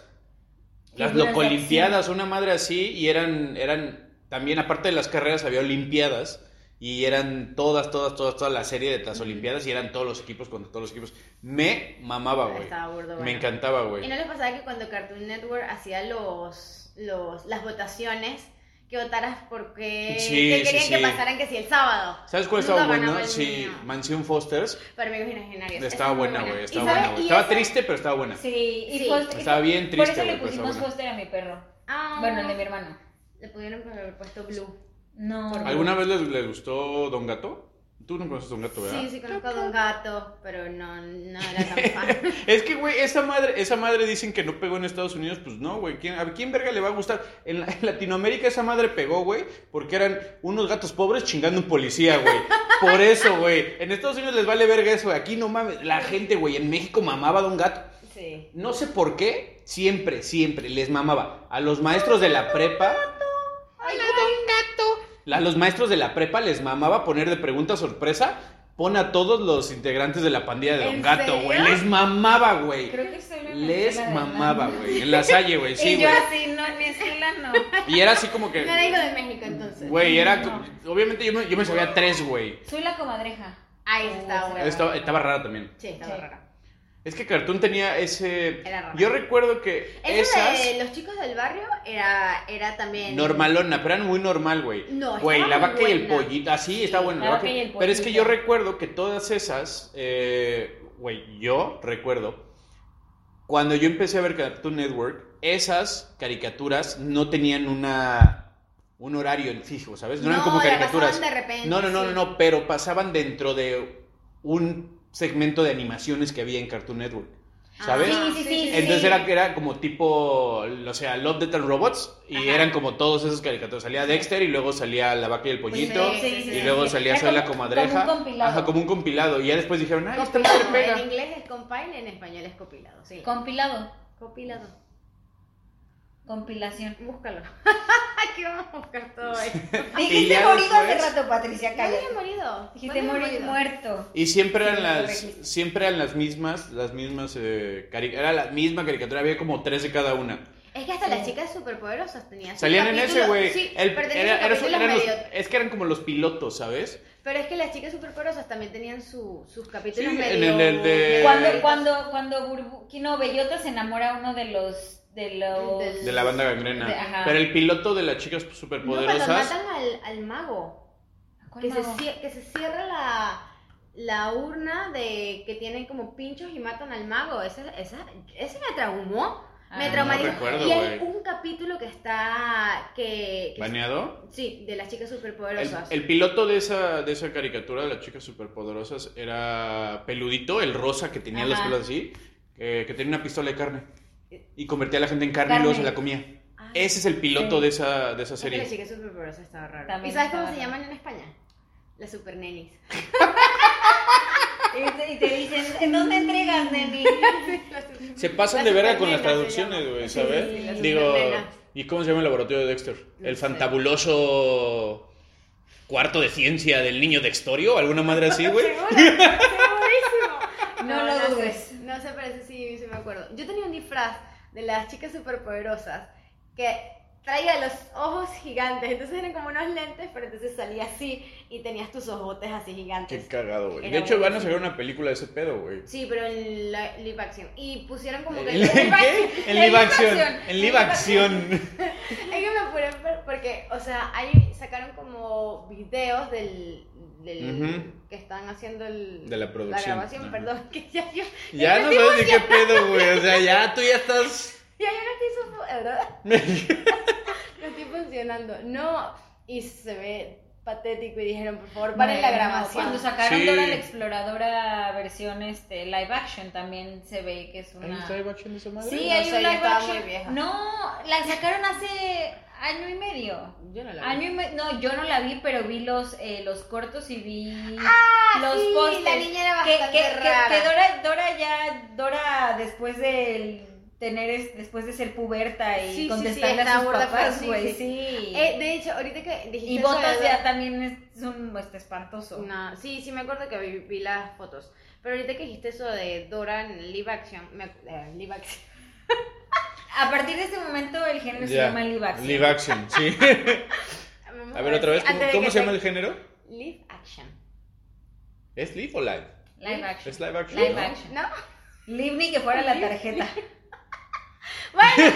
Speaker 4: las
Speaker 1: Figuras de
Speaker 4: locolimpiadas, una madre así, y eran, eran también, aparte de las carreras, había olimpiadas. Y eran todas, todas, todas, toda la serie de las Olimpiadas y eran todos los equipos contra todos los equipos. Me mamaba, güey.
Speaker 2: Estaba burdo,
Speaker 4: Me
Speaker 2: bueno.
Speaker 4: encantaba,
Speaker 2: ¿Y
Speaker 4: güey.
Speaker 2: no les pasaba que cuando Cartoon Network hacía los, los, las votaciones, que votaras porque
Speaker 4: Sí,
Speaker 2: que
Speaker 4: sí,
Speaker 2: querían que
Speaker 4: sí.
Speaker 2: pasaran que si el sábado?
Speaker 4: ¿Sabes cuál
Speaker 2: Nunca
Speaker 4: estaba
Speaker 2: ganaba
Speaker 4: buena?
Speaker 2: el
Speaker 4: Sí,
Speaker 2: niño.
Speaker 4: Mansión Foster's.
Speaker 2: Para amigos imaginarios.
Speaker 4: Estaba
Speaker 2: Esa es muy
Speaker 4: buena, güey.
Speaker 2: ¿Y
Speaker 4: Estaba
Speaker 2: sabe-
Speaker 4: buena, güey.
Speaker 2: y
Speaker 4: Estaba
Speaker 2: esa-
Speaker 4: triste, pero estaba buena.
Speaker 1: Sí, y
Speaker 2: Sí.
Speaker 1: Foster-
Speaker 4: Estaba bien
Speaker 1: Por
Speaker 4: triste,
Speaker 1: eso le
Speaker 4: güey, pero
Speaker 1: pusimos
Speaker 4: bueno.
Speaker 1: Foster a mi perro.
Speaker 2: Ah,
Speaker 1: Bueno, el de mi hermano.
Speaker 2: Le pudieron haber puesto Blue.
Speaker 1: No.
Speaker 4: ¿Alguna vez les, les gustó Don Gato? Tú no conoces Don Gato, ¿verdad?
Speaker 2: Sí, sí, conozco a Don Gato, pero no, no era tan fan.
Speaker 4: Es que, güey, esa madre, esa madre dicen que no pegó en Estados Unidos, pues no, güey. ¿Quién, ¿A quién verga le va a gustar? En, la- en Latinoamérica esa madre pegó, güey, porque eran unos gatos pobres chingando un policía, güey. Por eso, güey. En Estados Unidos les vale verga eso, güey. Aquí no mames. La gente, güey, en México mamaba a Don Gato.
Speaker 2: Sí.
Speaker 4: No sé por qué, siempre, siempre les mamaba. A los maestros de la prepa. ¡Ay, Don Gato! A los maestros de la prepa les mamaba poner de pregunta sorpresa. Pon a todos los integrantes de la pandilla de Don
Speaker 2: ¿En
Speaker 4: Gato,
Speaker 2: serio?
Speaker 4: güey. Les mamaba, güey.
Speaker 1: Creo que soy la
Speaker 4: Les
Speaker 1: mezcla de
Speaker 4: mamaba,
Speaker 1: Nando.
Speaker 4: güey. En la salle, güey, sí,
Speaker 1: y yo
Speaker 4: güey.
Speaker 1: así, no, en mi escuela no.
Speaker 4: Y era así como
Speaker 2: No era hijo
Speaker 4: que.
Speaker 2: de México entonces.
Speaker 4: Güey, era. como- Obviamente yo me, yo me sabía tres, güey.
Speaker 1: Soy la comadreja.
Speaker 2: Ahí está,
Speaker 1: Oh,
Speaker 2: güey.
Speaker 4: Estaba, estaba rara también.
Speaker 2: Sí, estaba
Speaker 1: Sí.
Speaker 2: rara.
Speaker 4: Es que Cartoon tenía ese.
Speaker 2: Era raro.
Speaker 4: Yo recuerdo que
Speaker 2: Eso
Speaker 4: esas.
Speaker 2: de los chicos del barrio era, era también.
Speaker 4: Normalona, pero eran muy normal, güey.
Speaker 2: No,
Speaker 4: Güey,
Speaker 2: estaba
Speaker 4: la
Speaker 2: muy
Speaker 4: vaca y el
Speaker 2: buena.
Speaker 4: pollito. Así,
Speaker 2: Sí,
Speaker 4: está bueno.
Speaker 1: la vaca y el pollito.
Speaker 4: Pero es que yo recuerdo que todas esas, eh, güey, yo recuerdo, cuando yo empecé a ver Cartoon Network, esas caricaturas no tenían una un horario en fijo, ¿sabes? No, eran
Speaker 2: No,
Speaker 4: como
Speaker 2: la
Speaker 4: caricaturas.
Speaker 2: pasaban de repente,
Speaker 4: no, no, no,
Speaker 2: sí.
Speaker 4: no, no, pero pasaban dentro de un segmento de animaciones que había en Cartoon Network.
Speaker 2: Ah,
Speaker 4: ¿Sabes?
Speaker 1: Sí, sí, sí,
Speaker 4: Entonces
Speaker 1: sí.
Speaker 4: era, era como tipo, o sea, Love, Death and Robots y
Speaker 2: Ajá.
Speaker 4: eran como todos esos caricaturas. Salía Dexter y luego salía La Vaca y el Pollito
Speaker 2: Sí, sí, sí,
Speaker 4: y luego
Speaker 1: Pues sí.
Speaker 4: salía
Speaker 1: Era
Speaker 4: Soy la
Speaker 1: como-
Speaker 4: Comadreja.
Speaker 1: Como un compilado.
Speaker 4: Ajá, como un compilado. Y ya después dijeron, ah, esta madre
Speaker 2: Copilado. En
Speaker 4: pega.
Speaker 2: inglés es compile, en español es copilado. Sí.
Speaker 1: Compilado.
Speaker 2: Copilado.
Speaker 1: Compilación.
Speaker 2: Búscalo. Aquí vamos a buscar todo esto.
Speaker 4: Y
Speaker 1: Dijiste
Speaker 4: ya
Speaker 1: morido hace
Speaker 4: después-
Speaker 1: rato, Patricia,
Speaker 2: Ya había
Speaker 1: cállate.
Speaker 2: morido.
Speaker 1: Dijiste
Speaker 2: ¿Cuándo había
Speaker 1: morido, muerto.
Speaker 4: Y siempre eran
Speaker 1: Sí,
Speaker 4: las,
Speaker 1: correcto.
Speaker 4: siempre eran las mismas, las mismas, eh, cari- era la misma caricatura, había como tres de cada una.
Speaker 2: Es que hasta las
Speaker 1: Sí.
Speaker 2: chicas superpoderosas tenían su
Speaker 4: Salían en ese,
Speaker 2: capítulo.
Speaker 4: güey.
Speaker 2: Sí,
Speaker 4: El-
Speaker 2: pero tenían
Speaker 4: era-
Speaker 2: sus
Speaker 4: era-
Speaker 2: capítulos
Speaker 4: eran los-
Speaker 2: medio-
Speaker 4: es que eran como los pilotos, ¿sabes?
Speaker 2: Pero es que las chicas superpoderosas también tenían su- sus capítulos
Speaker 4: Sí, en
Speaker 2: medio...
Speaker 4: el- el de- Eh,
Speaker 2: Cuando-
Speaker 1: Cuando, cuando, cuando Burbu, que no, Bellota se enamora uno de los, de los.
Speaker 4: De la banda gangrena.
Speaker 1: De- ajá.
Speaker 4: Pero el piloto de las chicas
Speaker 2: No, cuando
Speaker 4: superpoderosas.
Speaker 2: matan al, al mago.
Speaker 1: ¿Cuál
Speaker 2: Que se,
Speaker 1: mago?
Speaker 2: cie- que se cierra la, la urna de que tienen como pinchos y matan al mago. Esa, esa, ese me traumó.
Speaker 1: Ah.
Speaker 2: Me
Speaker 1: No
Speaker 2: traumatizó.
Speaker 4: recuerdo,
Speaker 2: y hay
Speaker 4: güey.
Speaker 2: un capítulo que está... Que, que-
Speaker 4: ¿Baneado?
Speaker 2: sí, de las chicas
Speaker 4: El,
Speaker 2: superpoderosas.
Speaker 4: el piloto de esa, de esa caricatura de las chicas superpoderosas era peludito, el rosa que tenía las
Speaker 2: Ajá.
Speaker 4: colas así, que, que tenía una pistola de carne y convertía a la gente en carne, y
Speaker 1: Carne.
Speaker 4: luego se la comía.
Speaker 2: Ay,
Speaker 4: Ese es el piloto
Speaker 1: Sí.
Speaker 4: de esa, de esa
Speaker 2: Es que
Speaker 4: serie.
Speaker 2: las chicas superpoderosas estaba raro.
Speaker 1: También
Speaker 2: ¿Y sabes
Speaker 1: estaba
Speaker 2: cómo se
Speaker 1: raro.
Speaker 2: llaman en España? Las supernenis.
Speaker 1: Y te, y te dicen, ¿en dónde entregas, Neni?
Speaker 4: Se pasan
Speaker 2: Las
Speaker 4: de verga con las
Speaker 2: supernenas se
Speaker 4: traducciones,
Speaker 2: llaman.
Speaker 4: güey,
Speaker 2: Sí,
Speaker 4: ¿sabes?
Speaker 2: sí, las
Speaker 4: Digo,
Speaker 2: supernenas.
Speaker 4: ¿y cómo se llama el laboratorio de Dexter?
Speaker 2: No
Speaker 4: el
Speaker 2: sé.
Speaker 4: fantabuloso cuarto de ciencia del niño Dextorio, alguna madre así, güey.
Speaker 2: Seguro, segurísimo.
Speaker 1: No lo
Speaker 2: sé,
Speaker 1: dudes.
Speaker 2: No sé, pero eso sí, sí me acuerdo. Yo tenía un disfraz de las chicas superpoderosas que traía los ojos gigantes. Entonces eran como unos lentes, pero entonces salía así y tenías tus ojotes así
Speaker 4: Qué
Speaker 2: gigantes.
Speaker 4: cagado, güey. De
Speaker 2: Era
Speaker 4: hecho, van a
Speaker 2: buenísimo.
Speaker 4: sacar una película de ese pedo, güey.
Speaker 2: Sí, pero en la live action. Y pusieron como que.
Speaker 4: ¿En qué? En live action. En live action.
Speaker 2: Es que me apuré por- porque, o sea, ahí sacaron como videos del, del
Speaker 4: Ujú.
Speaker 2: que están haciendo el,
Speaker 4: De la producción,
Speaker 2: grabación,
Speaker 4: ajá.
Speaker 2: perdón, que ya yo,
Speaker 4: Ya no sabes ni qué pedo, güey. O sea, ya tú ya estás.
Speaker 2: ya yo no estoy, sufo- ¿verdad? no estoy funcionando. No, y se ve patético y dijeron, por favor, paren la
Speaker 1: Bueno,
Speaker 2: grabación.
Speaker 1: Cuando sacaron
Speaker 4: Sí.
Speaker 1: Dora la Exploradora versión este, live action también se ve que es una...
Speaker 4: de esa madre?
Speaker 1: Sí,
Speaker 2: No
Speaker 1: hay
Speaker 2: sé,
Speaker 1: un
Speaker 2: ya
Speaker 1: live
Speaker 2: estaba
Speaker 1: action.
Speaker 2: muy vieja.
Speaker 1: No, la sacaron hace año y medio.
Speaker 2: yo Ah, no la vi.
Speaker 1: Año y me- No, yo no la vi, pero vi los, eh, los cortos y vi
Speaker 2: Ah,
Speaker 1: los
Speaker 2: sí,
Speaker 1: pósters.
Speaker 2: la niña era
Speaker 1: que,
Speaker 2: bastante
Speaker 1: que- que-
Speaker 2: rara.
Speaker 1: que Dora, Dora ya, Dora después de tener, es- después de ser puberta y
Speaker 2: Sí, sí, sí,
Speaker 1: contestarle
Speaker 2: está
Speaker 1: a sus
Speaker 2: gorda,
Speaker 1: papás,
Speaker 2: sí,
Speaker 1: güey,
Speaker 2: sí.
Speaker 1: sí.
Speaker 2: Eh, de hecho, ahorita que dijiste
Speaker 1: y
Speaker 2: eso de
Speaker 1: Botas
Speaker 2: Dora-
Speaker 1: ya también es, es un este, espantoso.
Speaker 2: No, sí, sí me acuerdo que vi, vi las fotos. Pero ahorita que dijiste eso de Dora en live action, me, eh, live action.
Speaker 1: A partir de este momento el género se llama live action.
Speaker 4: Live action, sí.
Speaker 2: Vamos
Speaker 4: A ver, otra vez, ¿cómo,
Speaker 2: antes de
Speaker 4: cómo
Speaker 2: que
Speaker 4: se llama
Speaker 2: te-
Speaker 4: el género?
Speaker 2: Live action.
Speaker 4: ¿Es live o live?
Speaker 1: Live action.
Speaker 4: Es live action.
Speaker 1: Live
Speaker 4: ¿no?
Speaker 1: action.
Speaker 2: ¿No?
Speaker 1: Live ni que fuera la tarjeta.
Speaker 2: Bueno,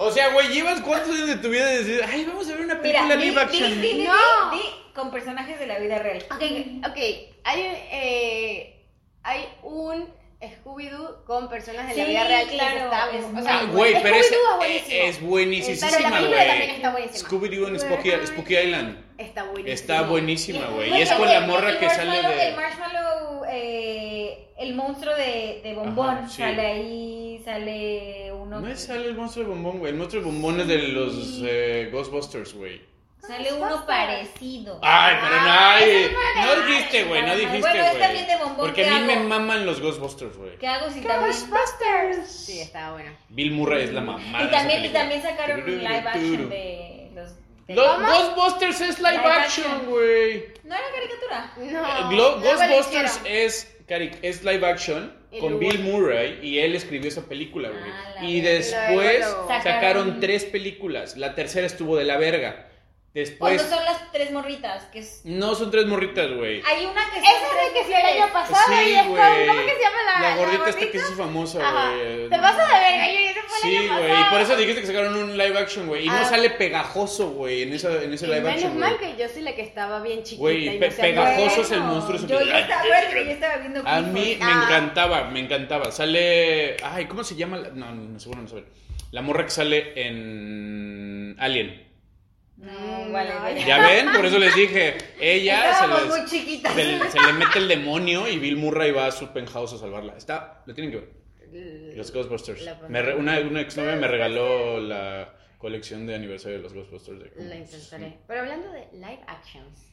Speaker 4: O sea, güey, llevas cuántos años de tu vida de decir, ay, vamos a ver una
Speaker 1: Mira,
Speaker 4: película
Speaker 1: di-
Speaker 4: live
Speaker 1: di-
Speaker 4: action.
Speaker 1: di- di-
Speaker 2: No.
Speaker 1: di con personajes de la vida real.
Speaker 2: ok, ok. Hay, eh, hay un Scooby-Doo con personas de la
Speaker 1: Sí,
Speaker 2: vida real. que se
Speaker 1: claro,
Speaker 2: está-
Speaker 1: es muy
Speaker 2: o sea,
Speaker 4: Ah, güey, pero
Speaker 2: Scooby-Doo
Speaker 4: es, es
Speaker 2: Pero la
Speaker 4: buenísima,
Speaker 2: película también
Speaker 4: güey.
Speaker 2: está buenísima.
Speaker 4: Scooby-Doo en Spooky, Spooky Island.
Speaker 2: Está buenísima. eh,
Speaker 4: Está buenísima, güey. Y
Speaker 1: Güey,
Speaker 4: es con
Speaker 1: Pues, el-
Speaker 4: la morra
Speaker 1: el
Speaker 4: que sale
Speaker 1: marshmallow- El
Speaker 4: de.
Speaker 1: marshmallow, eh, el monstruo de, de bombón,
Speaker 4: Ajá, sí.
Speaker 1: sale ahí, sale uno.
Speaker 4: No
Speaker 1: que-
Speaker 4: es sale el monstruo de bombón, güey. El monstruo de bombón es de los eh, Ghostbusters, güey.
Speaker 1: Sale uno parecido.
Speaker 4: Ay, pero no,
Speaker 2: Ah,
Speaker 4: ay,
Speaker 2: eso no
Speaker 4: no
Speaker 2: vale.
Speaker 4: dijiste, güey, no
Speaker 1: Bueno,
Speaker 4: dijiste, güey.
Speaker 1: bueno, es también de bombón,
Speaker 4: Porque
Speaker 1: ¿qué
Speaker 4: a mí me
Speaker 1: hago?
Speaker 4: maman los Ghostbusters, güey.
Speaker 1: ¿Qué hago si también?
Speaker 2: Sí, estaba buena.
Speaker 4: Bill Murray es la mamá.
Speaker 1: Y también, y también sacaron un live action de los. de-
Speaker 4: Los Ghostbusters es live
Speaker 1: Live
Speaker 4: action,
Speaker 1: action.
Speaker 4: güey. Eh,
Speaker 1: No era caricatura.
Speaker 2: No.
Speaker 4: Glo-
Speaker 2: luego lo
Speaker 4: Ghostbusters
Speaker 2: hicieron.
Speaker 4: es, cari- es live action
Speaker 2: Y
Speaker 4: con
Speaker 2: luego-
Speaker 4: Bill Murray y él escribió esa película, güey.
Speaker 1: Ah, la
Speaker 4: y
Speaker 1: verga.
Speaker 4: después
Speaker 2: Luego
Speaker 1: lo-
Speaker 4: sacaron
Speaker 1: Sacaron-
Speaker 4: tres películas. La tercera estuvo de la verga.
Speaker 1: Cuando
Speaker 4: Después.
Speaker 1: son las tres morritas, que es.
Speaker 4: No son tres morritas, güey.
Speaker 1: Hay una que
Speaker 2: Esa es la que fue el año pasado y es con- ¿Cómo que se llama la,
Speaker 4: La gordita esta que se hizo famosa,
Speaker 2: Ajá.
Speaker 4: güey.
Speaker 2: Te pasa de verga, yo ese fue el
Speaker 4: Sí,
Speaker 2: año
Speaker 4: güey. Y
Speaker 2: pasado.
Speaker 4: por eso dijiste que sacaron un live action, güey. Y no
Speaker 2: Ah.
Speaker 4: sale pegajoso, güey, en, esa- en ese
Speaker 2: Y
Speaker 4: live action.
Speaker 2: Menos mal
Speaker 4: güey.
Speaker 2: que yo sí la que estaba bien chiquita.
Speaker 4: Güey,
Speaker 2: y no
Speaker 4: pe-
Speaker 2: se
Speaker 4: pegajoso
Speaker 2: acuerda.
Speaker 4: es el monstruo
Speaker 1: Yo
Speaker 4: super-
Speaker 1: ya estaba, yo ya estaba viendo
Speaker 4: A
Speaker 1: Clifford.
Speaker 4: mí me
Speaker 2: Ah.
Speaker 4: encantaba, me encantaba. Sale. Ay, ¿cómo se llama? la- No, no, seguro no saben. La morra que sale en Alien.
Speaker 1: No, vale,
Speaker 2: No,
Speaker 1: vale.
Speaker 4: ¿Ya ven? Por eso les dije. Ella se,
Speaker 1: Estábamos muy
Speaker 4: les-
Speaker 1: chiquitas.
Speaker 4: se le- se le mete el demonio y Bill Murray va a su penthouse a salvarla. Está, lo tienen que ver. Los Ghostbusters.
Speaker 2: La-
Speaker 4: Me re- una una exnovia me regaló la colección de aniversario de los Ghostbusters. de-
Speaker 2: La intentaré. Pero hablando de live actions.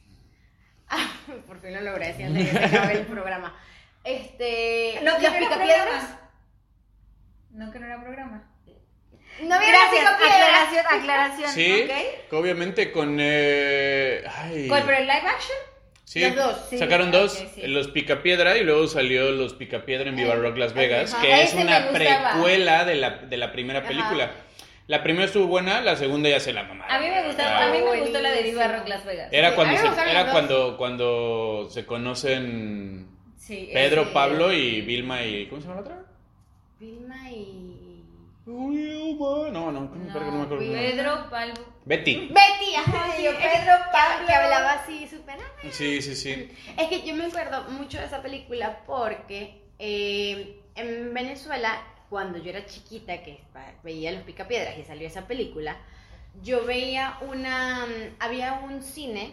Speaker 2: Ah, por fin lo logré decir antes de que se acabe el programa. Este.
Speaker 1: No, que
Speaker 2: los
Speaker 1: no era
Speaker 2: picapiedras.
Speaker 1: programa. No, que no era programa.
Speaker 2: No hubiera
Speaker 1: Gracias,
Speaker 2: sido piedra.
Speaker 1: aclaración, aclaración,
Speaker 4: Sí,
Speaker 1: ¿ok?
Speaker 4: obviamente con... eh, ay,
Speaker 1: ¿Cuál, pero el live action?
Speaker 4: sí,
Speaker 2: los dos, sí.
Speaker 4: sacaron dos,
Speaker 1: Ok, sí.
Speaker 4: los Picapiedra y luego salió los Picapiedra en Viva
Speaker 2: Eh,
Speaker 4: Rock Las Vegas,
Speaker 2: ajá,
Speaker 4: que es
Speaker 1: ese me
Speaker 4: una
Speaker 1: gustaba.
Speaker 4: precuela de la, de la primera
Speaker 2: Ajá.
Speaker 4: película. La primera estuvo buena, la segunda ya se la mamá.
Speaker 1: A mí me gustó, a mí me gustó la de Viva
Speaker 2: Buenísimo.
Speaker 1: Rock Las Vegas.
Speaker 4: Era,
Speaker 2: Sí, a
Speaker 4: cuando
Speaker 2: mí me
Speaker 4: se,
Speaker 2: gustaron
Speaker 4: era
Speaker 2: las
Speaker 4: cuando, cuando se conocen
Speaker 1: Sí,
Speaker 4: Pedro,
Speaker 1: ese-
Speaker 4: Pablo y Vilma y... ¿Cómo se llama la otra?
Speaker 2: Vilma y.
Speaker 4: Vilma. No, no,
Speaker 1: No,
Speaker 4: verga, no me acuerdo.
Speaker 1: Pedro, Pablo.
Speaker 4: Betty.
Speaker 2: Betty, ajá,
Speaker 1: Sí,
Speaker 2: y yo,
Speaker 1: es-
Speaker 2: Pedro Pablo.
Speaker 1: que
Speaker 2: Que
Speaker 1: hablaba
Speaker 2: hablaba así, súper.
Speaker 4: Sí, sí, sí.
Speaker 2: Es que yo me acuerdo mucho de esa película porque eh, en Venezuela, cuando yo era chiquita, que pa- veía Los Picapiedras y salió esa película, yo veía una. mm, Había un cine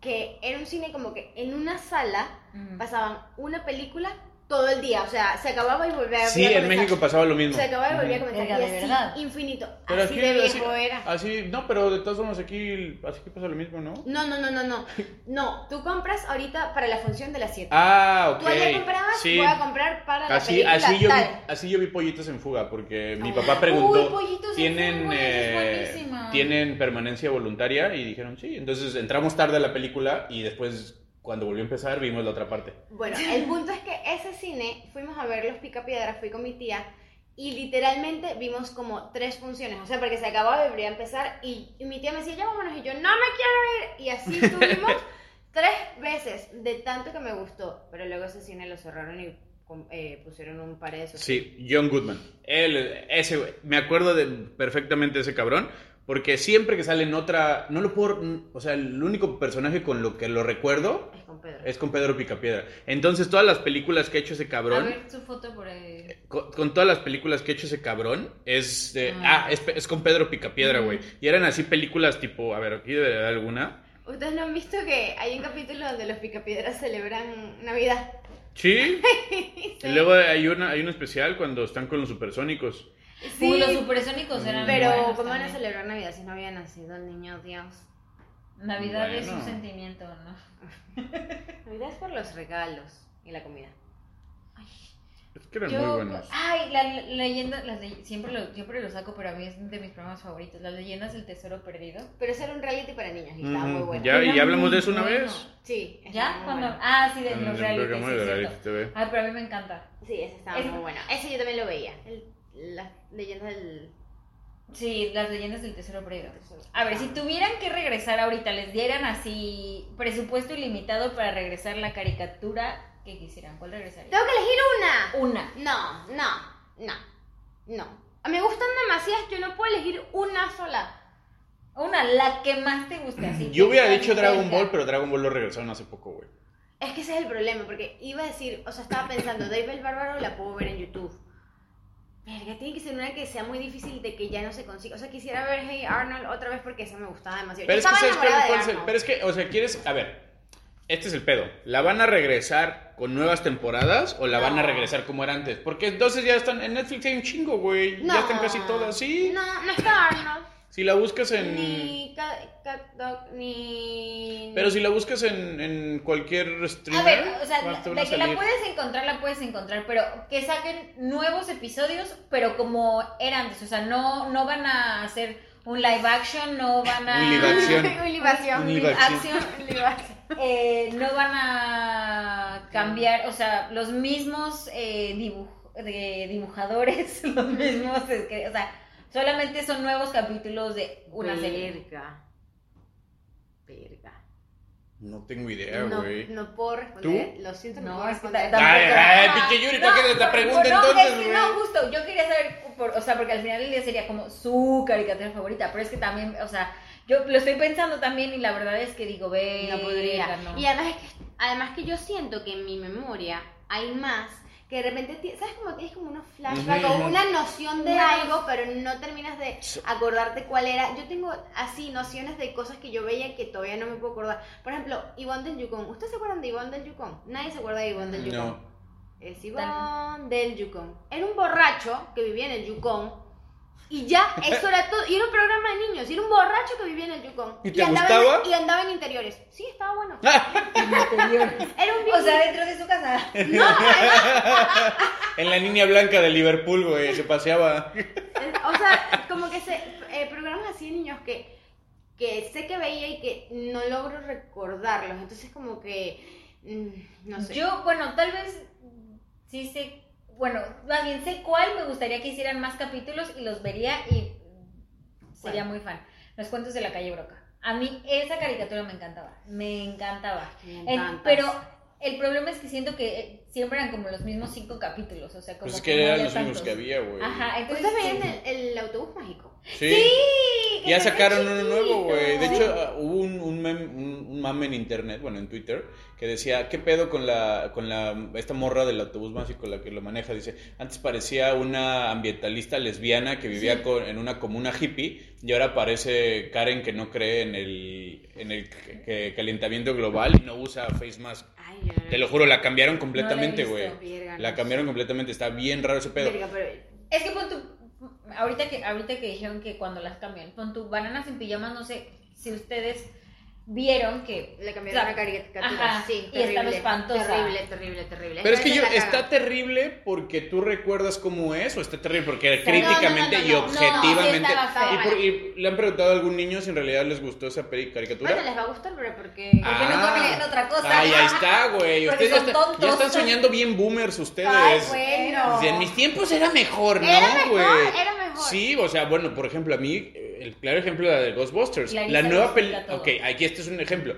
Speaker 2: que era un cine como que en una sala
Speaker 1: Mm.
Speaker 2: pasaban una película todo el día. O sea, se acababa y volvía
Speaker 4: Sí,
Speaker 2: volvía a
Speaker 4: en
Speaker 2: comenzar.
Speaker 4: México pasaba lo mismo.
Speaker 2: Se acababa y volvía a
Speaker 4: Ujú.
Speaker 2: comenzar.
Speaker 1: Verga,
Speaker 2: y
Speaker 1: de
Speaker 2: así,
Speaker 1: verdad.
Speaker 2: infinito.
Speaker 4: Pero
Speaker 2: así
Speaker 4: aquí,
Speaker 2: de
Speaker 4: así-
Speaker 2: viejo era.
Speaker 4: Así, no, pero de todas formas aquí, así que pasa lo mismo, ¿no?
Speaker 2: No, no, no, no, no. No, tú compras ahorita para la función de las 7.
Speaker 4: Ah, ok.
Speaker 2: Tú allá comprabas,
Speaker 4: sí.
Speaker 2: voy a comprar para
Speaker 4: Así,
Speaker 2: la película
Speaker 4: así, yo vi,
Speaker 2: tal.
Speaker 4: así yo vi pollitos en fuga, porque mi
Speaker 2: Oh.
Speaker 4: papá preguntó,
Speaker 1: Uy, Pollitos en
Speaker 4: ¿tienen,
Speaker 1: Fuga,
Speaker 4: eh,
Speaker 1: es buenísima.
Speaker 4: ¿tienen permanencia voluntaria? Y dijeron, sí. Entonces entramos tarde a la película y después, cuando volvió a empezar, vimos la otra parte.
Speaker 2: Bueno, el punto es que ese cine fuimos a ver Los Picapiedras, fui con mi tía y literalmente vimos como tres funciones, o sea, porque se acababa de volver a empezar y, y mi tía me decía, ya vámonos, y yo, no me quiero ir, y así tuvimos tres veces de tanto que me gustó, pero luego ese cine lo cerraron y com- eh, pusieron un par de esos.
Speaker 4: Sí, John Goodman. Él, ese, güey. me acuerdo de, perfectamente de ese cabrón. Porque siempre que sale en otra. No lo puedo. O sea, el único personaje con lo que lo recuerdo
Speaker 2: Es con Pedro.
Speaker 4: es con Pedro Picapiedra. Entonces, todas las películas que ha hecho ese
Speaker 1: A
Speaker 4: cabrón.
Speaker 1: ver su foto por ahí.
Speaker 4: Con, con todas las películas que ha hecho ese cabrón, es. de-
Speaker 1: Ah.
Speaker 4: ah, es, es con Pedro Picapiedra, güey. Y eran así películas tipo. A ver, aquí debe de haber alguna.
Speaker 2: Ustedes no han visto que hay un capítulo donde los Picapiedras celebran Navidad.
Speaker 4: Sí. Y luego hay, una, hay un especial cuando están con los supersónicos.
Speaker 2: Sí.
Speaker 1: Uy, los supersónicos eran.
Speaker 2: Pero,
Speaker 1: buenos
Speaker 2: ¿cómo van a
Speaker 1: también.
Speaker 2: celebrar Navidad si no había nacido el niño Dios?
Speaker 1: Navidad es un
Speaker 4: Bueno.
Speaker 1: sentimiento, ¿no?
Speaker 2: Navidad es por los regalos y la comida.
Speaker 4: Es que eran
Speaker 1: Yo-
Speaker 4: muy buenos.
Speaker 1: Ay, la la- leyenda, las le- siempre, lo, siempre lo saco, pero a mí es de mis programas favoritos. Las leyendas del tesoro perdido.
Speaker 2: Pero eso era un reality para niños y estaba muy
Speaker 4: Ujú.
Speaker 2: bueno.
Speaker 4: Ya, y
Speaker 1: Era
Speaker 4: ya hablamos
Speaker 1: muy
Speaker 4: de eso una
Speaker 1: bueno.
Speaker 4: vez.
Speaker 2: Sí. estaba
Speaker 1: ¿Ya?
Speaker 2: muy
Speaker 1: Cuando,
Speaker 2: bueno.
Speaker 1: ah, sí, de
Speaker 4: En
Speaker 1: los
Speaker 4: el
Speaker 1: realities.
Speaker 4: programa
Speaker 1: sí,
Speaker 4: de
Speaker 1: es
Speaker 4: reality
Speaker 1: cierto.
Speaker 4: TV.
Speaker 1: Ay, pero a mí me encanta.
Speaker 2: Sí, ese estaba
Speaker 1: Es-
Speaker 2: muy bueno. Ese yo también lo veía. El- las leyendas del...
Speaker 1: Sí, las leyendas del tesoro perdido.
Speaker 2: tesoro.
Speaker 1: A ver, si tuvieran que regresar ahorita, les dieran así presupuesto ilimitado para regresar la caricatura que quisieran, ¿cuál regresaría?
Speaker 2: ¡Tengo que elegir una!
Speaker 1: Una.
Speaker 2: No, no, no, no. Me gustan demasiadas, yo no puedo elegir una sola.
Speaker 1: Una, la que más te guste. Así
Speaker 4: Yo
Speaker 1: que
Speaker 4: hubiera
Speaker 1: sea
Speaker 4: dicho Dragon
Speaker 1: diferente.
Speaker 4: Ball, pero Dragon Ball lo regresaron hace poco, güey.
Speaker 2: Es que ese es el problema, porque iba a decir, o sea, estaba pensando, Dave el Bárbaro la puedo ver en YouTube. Verga, tiene que ser una que sea muy difícil de que ya no se consiga. O sea, quisiera ver Hey Arnold otra vez porque esa me gustaba demasiado. Yo
Speaker 4: Pero es que,
Speaker 2: estaba
Speaker 4: ¿sabes cuál-
Speaker 2: enamorada
Speaker 4: cuál
Speaker 2: de
Speaker 4: es el-
Speaker 2: Arnold.
Speaker 4: pero es que, o sea, quieres, a ver, este es el pedo. ¿La van a regresar con nuevas temporadas o la van a
Speaker 2: No.
Speaker 4: regresar como era antes? Porque entonces ya están, en Netflix hay un chingo, güey. Ya están casi todas, sí.
Speaker 2: No, no está Arnold.
Speaker 4: Si la buscas en...
Speaker 2: Ni Cat, Cat Dog, ni.
Speaker 4: Pero si la buscas en, en cualquier streamer...
Speaker 1: A ver, o sea,
Speaker 4: ¿cuál te van
Speaker 1: la- de
Speaker 4: a
Speaker 1: que la
Speaker 4: salir?
Speaker 1: puedes encontrar, la puedes encontrar, pero que saquen nuevos episodios, pero como era antes, o sea, no, no van a hacer un live action, no van a...
Speaker 4: Un live action.
Speaker 2: Un libación.
Speaker 4: Un live action.
Speaker 1: acción,
Speaker 2: Un libación.
Speaker 1: eh, no van a cambiar, o sea, los mismos eh, dibuj- de dibujadores, los mismos, es que- o sea, solamente son nuevos capítulos de una serie.
Speaker 2: Verga. Verga.
Speaker 4: No tengo idea,
Speaker 2: no,
Speaker 4: güey.
Speaker 2: no puedo responder.
Speaker 4: ¿Tú?
Speaker 2: Lo siento,
Speaker 1: No,
Speaker 2: puedo
Speaker 1: es que
Speaker 2: responder.
Speaker 1: ta- ta-
Speaker 4: Ay, ay,
Speaker 1: Ah,
Speaker 4: pinche Yuri, ¿para qué te- te pregunta
Speaker 1: no,
Speaker 4: entonces,
Speaker 1: es que
Speaker 4: güey?
Speaker 1: no, justo, yo quería saber, por- o sea, porque al final del día sería como su caricatura favorita, pero es que también, o sea, yo lo estoy pensando también y la verdad es que digo, ve,
Speaker 2: No podría.
Speaker 1: no.
Speaker 2: Y además, es que, además que yo siento que en mi memoria hay más que de repente, ti- ¿sabes como tienes como unos flashbacks
Speaker 4: Ujú.
Speaker 2: o una noción de
Speaker 1: Una
Speaker 2: algo, pero no terminas de acordarte cuál era? Yo tengo así nociones de cosas que yo veía que todavía no me puedo acordar. Por ejemplo, Ivonne del Yukon. ¿Ustedes se acuerdan de Ivonne del Yukon? Nadie se acuerda de Ivonne del Yukon.
Speaker 4: No.
Speaker 2: Es Iván del Yukon. Era un borracho que vivía en el Yukon. Y ya, eso era todo. Y era un programa de niños. Y era un borracho que vivía en el Yukon.
Speaker 4: ¿Y te
Speaker 2: andaba
Speaker 4: gustaba? Ah.
Speaker 2: En, y andaba en interiores. Sí, estaba bueno. Era un
Speaker 1: o sea, dentro de su casa.
Speaker 2: viejo- No, era-
Speaker 4: En la línea blanca de Liverpool, güey, se paseaba.
Speaker 2: o sea, sea, como que se, eh, programas así de niños que, que sé que veía y que no logro recordarlos. Entonces, como que. mm, No sé.
Speaker 1: Yo, bueno, tal vez sí sé, bueno, más bien sé cuál me gustaría que hicieran más capítulos y los vería y sería muy fan. Los cuentos de la calle Broca. A mí esa caricatura me encantaba, me encantaba.
Speaker 2: Me
Speaker 1: En-
Speaker 2: encantas.
Speaker 1: pero el problema es que siento que eh, siempre eran como los mismos cinco capítulos, o sea, como
Speaker 4: Pues es
Speaker 1: no
Speaker 4: que eran los
Speaker 1: había
Speaker 4: únicos que
Speaker 1: tantos.
Speaker 4: había, güey.
Speaker 1: Ajá, entonces
Speaker 2: ¿Ustedes veían el, el autobús mágico?
Speaker 4: Sí.
Speaker 1: Sí, que
Speaker 4: Ya
Speaker 1: se ve
Speaker 4: sacaron uno nuevo, güey. De
Speaker 1: chiquito.
Speaker 4: hecho, ah, hubo un, un, mem- un- un mame en internet, bueno, en Twitter, que decía, ¿qué pedo con la, con la, esta morra del autobús mágico, la que lo maneja? Dice, antes parecía una ambientalista lesbiana que vivía con- en una comuna hippie y ahora parece Karen que no cree en el, en el c- que- calentamiento global y no usa face mask.
Speaker 2: Ay, yo no
Speaker 4: Te lo juro, la cambiaron completamente,
Speaker 1: visto,
Speaker 4: güey.
Speaker 2: Verga,
Speaker 4: la
Speaker 2: no
Speaker 4: cambiaron completamente, está bien raro ese
Speaker 2: sé.
Speaker 4: pedo.
Speaker 2: Verga, pero-
Speaker 1: Es que pon tu, ahorita que, ahorita que dijeron que cuando las cambian, pon tu bananas en pijamas, no sé si ustedes vieron que
Speaker 2: Le cambiaron la
Speaker 1: Claro.
Speaker 2: caricatura.
Speaker 1: Ajá,
Speaker 2: Sí,
Speaker 1: y estaba
Speaker 2: terrible.
Speaker 1: espantosa.
Speaker 2: Terrible, terrible, terrible.
Speaker 4: Pero es que
Speaker 2: Esa
Speaker 4: yo,
Speaker 2: la caga.
Speaker 4: está terrible porque tú recuerdas cómo es, o está terrible porque
Speaker 1: No,
Speaker 4: críticamente
Speaker 2: no, no,
Speaker 4: y
Speaker 2: no, no,
Speaker 4: objetivamente.
Speaker 1: sí estaba
Speaker 4: y,
Speaker 1: fea.
Speaker 4: por- y le han preguntado a algún niño si en realidad les gustó esa peli- caricatura.
Speaker 2: Bueno, les va a gustar, pero porque.
Speaker 4: Ah,
Speaker 1: porque no comen otra cosa.
Speaker 4: Ay, ahí está, güey.
Speaker 1: Porque
Speaker 4: Ustedes ya,
Speaker 1: son
Speaker 4: está- ya
Speaker 1: tontos.
Speaker 4: están soñando bien boomers ustedes.
Speaker 2: Ay, bueno.
Speaker 4: Decían, pues, en mis tiempos era mejor, ¿no,
Speaker 2: Era mejor,
Speaker 4: güey?
Speaker 2: era mejor.
Speaker 4: Sí, o sea, bueno, por ejemplo, a mí, eh, el claro ejemplo de la de Ghostbusters.
Speaker 1: Clarisa
Speaker 4: La nueva
Speaker 1: lo
Speaker 4: película.
Speaker 1: explica todo.
Speaker 4: Ok, aquí este es un ejemplo.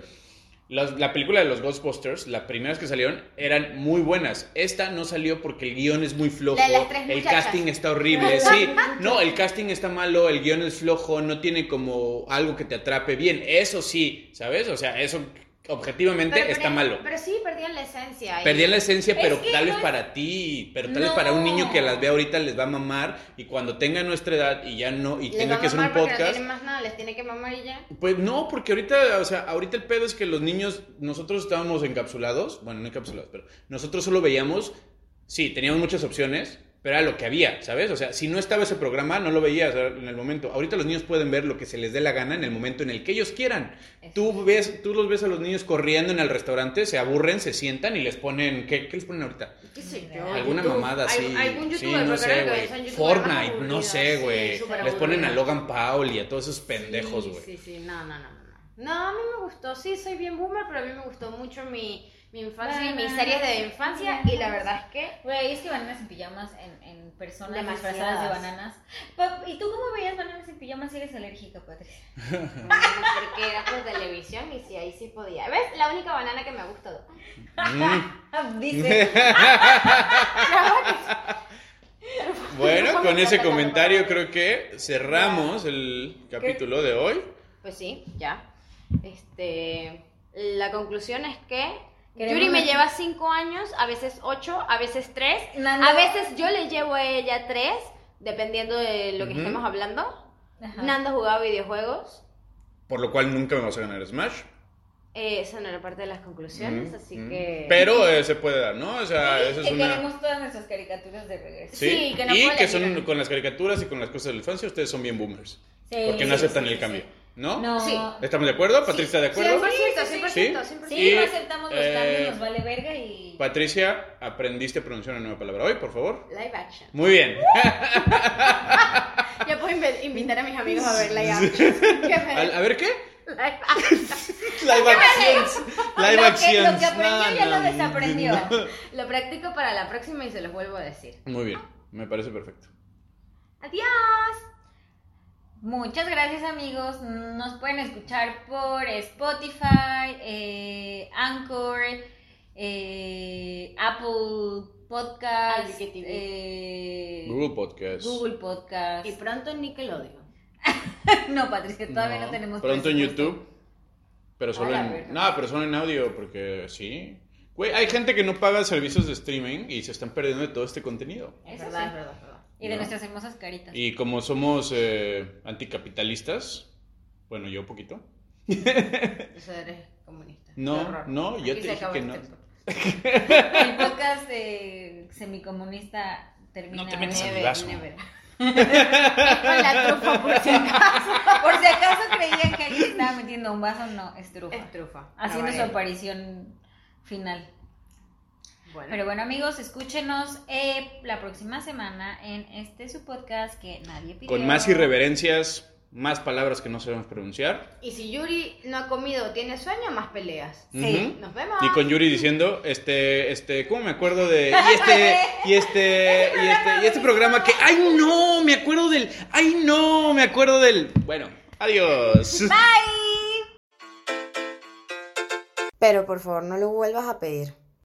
Speaker 4: Las- la película de los Ghostbusters, las primeras que salieron, eran muy buenas. Esta no salió porque el guión es muy flojo.
Speaker 2: La de las tres
Speaker 4: el
Speaker 2: muchachas.
Speaker 4: casting está horrible. Sí, no, el casting está malo, el guión es flojo, no tiene como algo que te atrape bien. Eso sí, ¿sabes? O sea, eso objetivamente
Speaker 2: Pero-
Speaker 4: está
Speaker 2: pero-
Speaker 4: malo.
Speaker 2: Pero sí perdían la esencia. y-
Speaker 4: Perdían la esencia,
Speaker 1: Es
Speaker 4: pero
Speaker 1: que
Speaker 4: tal vez
Speaker 1: no es-
Speaker 4: para ti, pero tal vez
Speaker 1: No.
Speaker 4: para un niño que las ve ahorita les va a mamar y cuando tenga nuestra edad y ya no, y
Speaker 2: les va
Speaker 4: tenga
Speaker 2: a
Speaker 4: que hacer un
Speaker 2: mamar porque No
Speaker 4: podcast.
Speaker 2: tienen más nada, les tiene que mamar y ya.
Speaker 4: Pues no, porque ahorita, o sea, ahorita el pedo es que los niños, nosotros estábamos encapsulados, bueno, no encapsulados, pero nosotros solo veíamos, sí, teníamos muchas opciones, pero era lo que había, ¿sabes? O sea, si no estaba ese programa, no lo veías en el momento. Ahorita los niños pueden ver lo que se les dé la gana en el momento en el que ellos quieran. Tú ves, tú los ves a los niños corriendo en el restaurante, se aburren, se sientan y les ponen, ¿qué, qué les ponen ahorita?
Speaker 2: ¿Qué sé yo?
Speaker 4: Alguna
Speaker 2: YouTube.
Speaker 4: mamada
Speaker 2: Al-
Speaker 4: así.
Speaker 2: Algún youtuber, porque
Speaker 4: sí, no
Speaker 2: ahora
Speaker 4: sé,
Speaker 2: lo que
Speaker 4: güey.
Speaker 2: son youtubers más
Speaker 4: Fortnite, no
Speaker 2: aburridos,
Speaker 4: sé,
Speaker 2: sí,
Speaker 4: güey.
Speaker 2: súper
Speaker 4: Les ponen a
Speaker 2: aburridos.
Speaker 4: Logan Paul y a todos esos pendejos,
Speaker 2: Sí,
Speaker 4: güey.
Speaker 2: Sí, sí, no, no, no, no. no. No, a mí me gustó, sí, soy bien boomer, pero a mí me gustó mucho mi, mi infancia y mis series de infancia y la verdad es que...
Speaker 1: Güey, es que bananas en pijamas en, en personas
Speaker 2: Demasiadas.
Speaker 1: disfrazadas de bananas. Pa- ¿Y tú cómo veías bananas en pijamas si eres alérgica, Patricia?
Speaker 2: no, no, Porque era por televisión y sí, ahí sí podía. ¿Ves? La única banana que me ha gustado.
Speaker 4: Mm.
Speaker 1: Ah, Dice.
Speaker 4: Bueno, con ese comentario creo que cerramos el capítulo de hoy.
Speaker 2: Pues sí, ya. Este, la conclusión es que
Speaker 1: Queremos
Speaker 2: Yuri me
Speaker 1: nuestro-
Speaker 2: lleva 5 años, a veces 8, a veces 3,
Speaker 1: No, no.
Speaker 2: a veces yo le llevo a ella 3, dependiendo de lo que
Speaker 4: Ujú.
Speaker 2: estemos hablando.
Speaker 1: Ajá.
Speaker 2: Nando jugaba videojuegos.
Speaker 4: Por lo cual nunca me vas a ganar Smash.
Speaker 2: Eh, eso no era parte de las conclusiones,
Speaker 4: Mm,
Speaker 2: así
Speaker 4: mm.
Speaker 2: que...
Speaker 4: Pero eh, se puede dar, ¿no? O sea, eso es
Speaker 1: que
Speaker 4: una...
Speaker 1: queremos todas nuestras caricaturas de regreso.
Speaker 4: Sí,
Speaker 2: Sí, que no
Speaker 4: y
Speaker 2: puedo
Speaker 4: que
Speaker 2: elegir.
Speaker 4: son con las caricaturas y con las cosas de la infancia, ustedes son bien boomers.
Speaker 1: Sí,
Speaker 4: Porque
Speaker 1: sí,
Speaker 4: no aceptan
Speaker 1: sí,
Speaker 4: el
Speaker 1: sí,
Speaker 4: cambio,
Speaker 1: sí.
Speaker 4: ¿no?
Speaker 1: No.
Speaker 2: Sí.
Speaker 4: ¿Estamos de acuerdo? ¿Patricia de acuerdo?
Speaker 2: 100%, 100%,
Speaker 4: Sí.
Speaker 2: 100%.
Speaker 1: Sí,
Speaker 4: Y,
Speaker 1: no aceptamos los
Speaker 4: eh,
Speaker 1: cambios, nos vale verga y.
Speaker 4: Patricia, aprendiste a pronunciar una nueva palabra hoy, por favor.
Speaker 2: Live action.
Speaker 4: Muy bien.
Speaker 2: Ya puedo inve- invitar a mis amigos a ver live action. Que
Speaker 4: A,
Speaker 2: me-
Speaker 4: a ver qué.
Speaker 2: live action.
Speaker 4: Live actions. Live
Speaker 1: lo, que,
Speaker 4: actions.
Speaker 1: lo que aprendió
Speaker 4: No,
Speaker 1: ya
Speaker 4: no,
Speaker 1: lo desaprendió.
Speaker 2: Lo practico para la próxima y se los vuelvo a decir.
Speaker 4: no. Muy bien, me parece perfecto.
Speaker 2: ¡Adiós!
Speaker 1: Muchas gracias amigos. Nos pueden escuchar por Spotify, eh, Anchor, eh, Apple Podcast,
Speaker 2: Albique TV.
Speaker 1: eh,
Speaker 4: Google Podcast.
Speaker 1: Google Podcast.
Speaker 2: Y pronto en Nickelodeon.
Speaker 1: no, Patricia, todavía no, tenemos.
Speaker 4: Pronto en
Speaker 1: presupuesto.
Speaker 4: YouTube. Pero solo
Speaker 1: Hola,
Speaker 4: en.
Speaker 1: Alberto.
Speaker 4: No, pero solo en audio, porque sí. Güey, hay gente que no paga servicios de streaming y se están perdiendo de todo este contenido.
Speaker 2: Es
Speaker 1: Eso
Speaker 2: verdad,
Speaker 1: sí.
Speaker 2: es verdad, es verdad.
Speaker 1: Y de
Speaker 4: No.
Speaker 1: nuestras hermosas caritas.
Speaker 4: Y como somos eh, anticapitalistas, bueno, yo poquito.
Speaker 2: Eso eres comunista.
Speaker 4: No,
Speaker 2: Qué horror.
Speaker 4: no, yo
Speaker 2: Aquí
Speaker 4: te
Speaker 2: se
Speaker 4: dije
Speaker 2: acabó
Speaker 4: que
Speaker 2: el
Speaker 4: no.
Speaker 2: tiempo.
Speaker 1: El podcast eh, semicomunista termina.
Speaker 4: No te metas a
Speaker 1: hoy.
Speaker 4: mi vaso.
Speaker 2: Never. Con la trufa, por si acaso.
Speaker 1: Por si acaso creían que alguien estaba metiendo un vaso, no, es trufa.
Speaker 2: Es trufa.
Speaker 1: Haciendo su
Speaker 2: Haciendo
Speaker 1: aparición final.
Speaker 2: Bueno,
Speaker 1: Pero bueno, amigos, escúchenos eh, la próxima semana en este su podcast que nadie pidió.
Speaker 4: Con más irreverencias, más palabras que no sabemos pronunciar.
Speaker 2: y si Yuri no ha comido o tiene sueño, más peleas.
Speaker 1: Sí.
Speaker 2: Nos vemos.
Speaker 4: Y con Yuri diciendo, este, este, ¿cómo me acuerdo de.? Y este, y este, y este, y este programa que. ¡Ay, no! Me acuerdo del. ¡Ay, no! Me acuerdo del. Bueno, adiós.
Speaker 1: Bye.
Speaker 5: Pero por favor no lo vuelvas a pedir.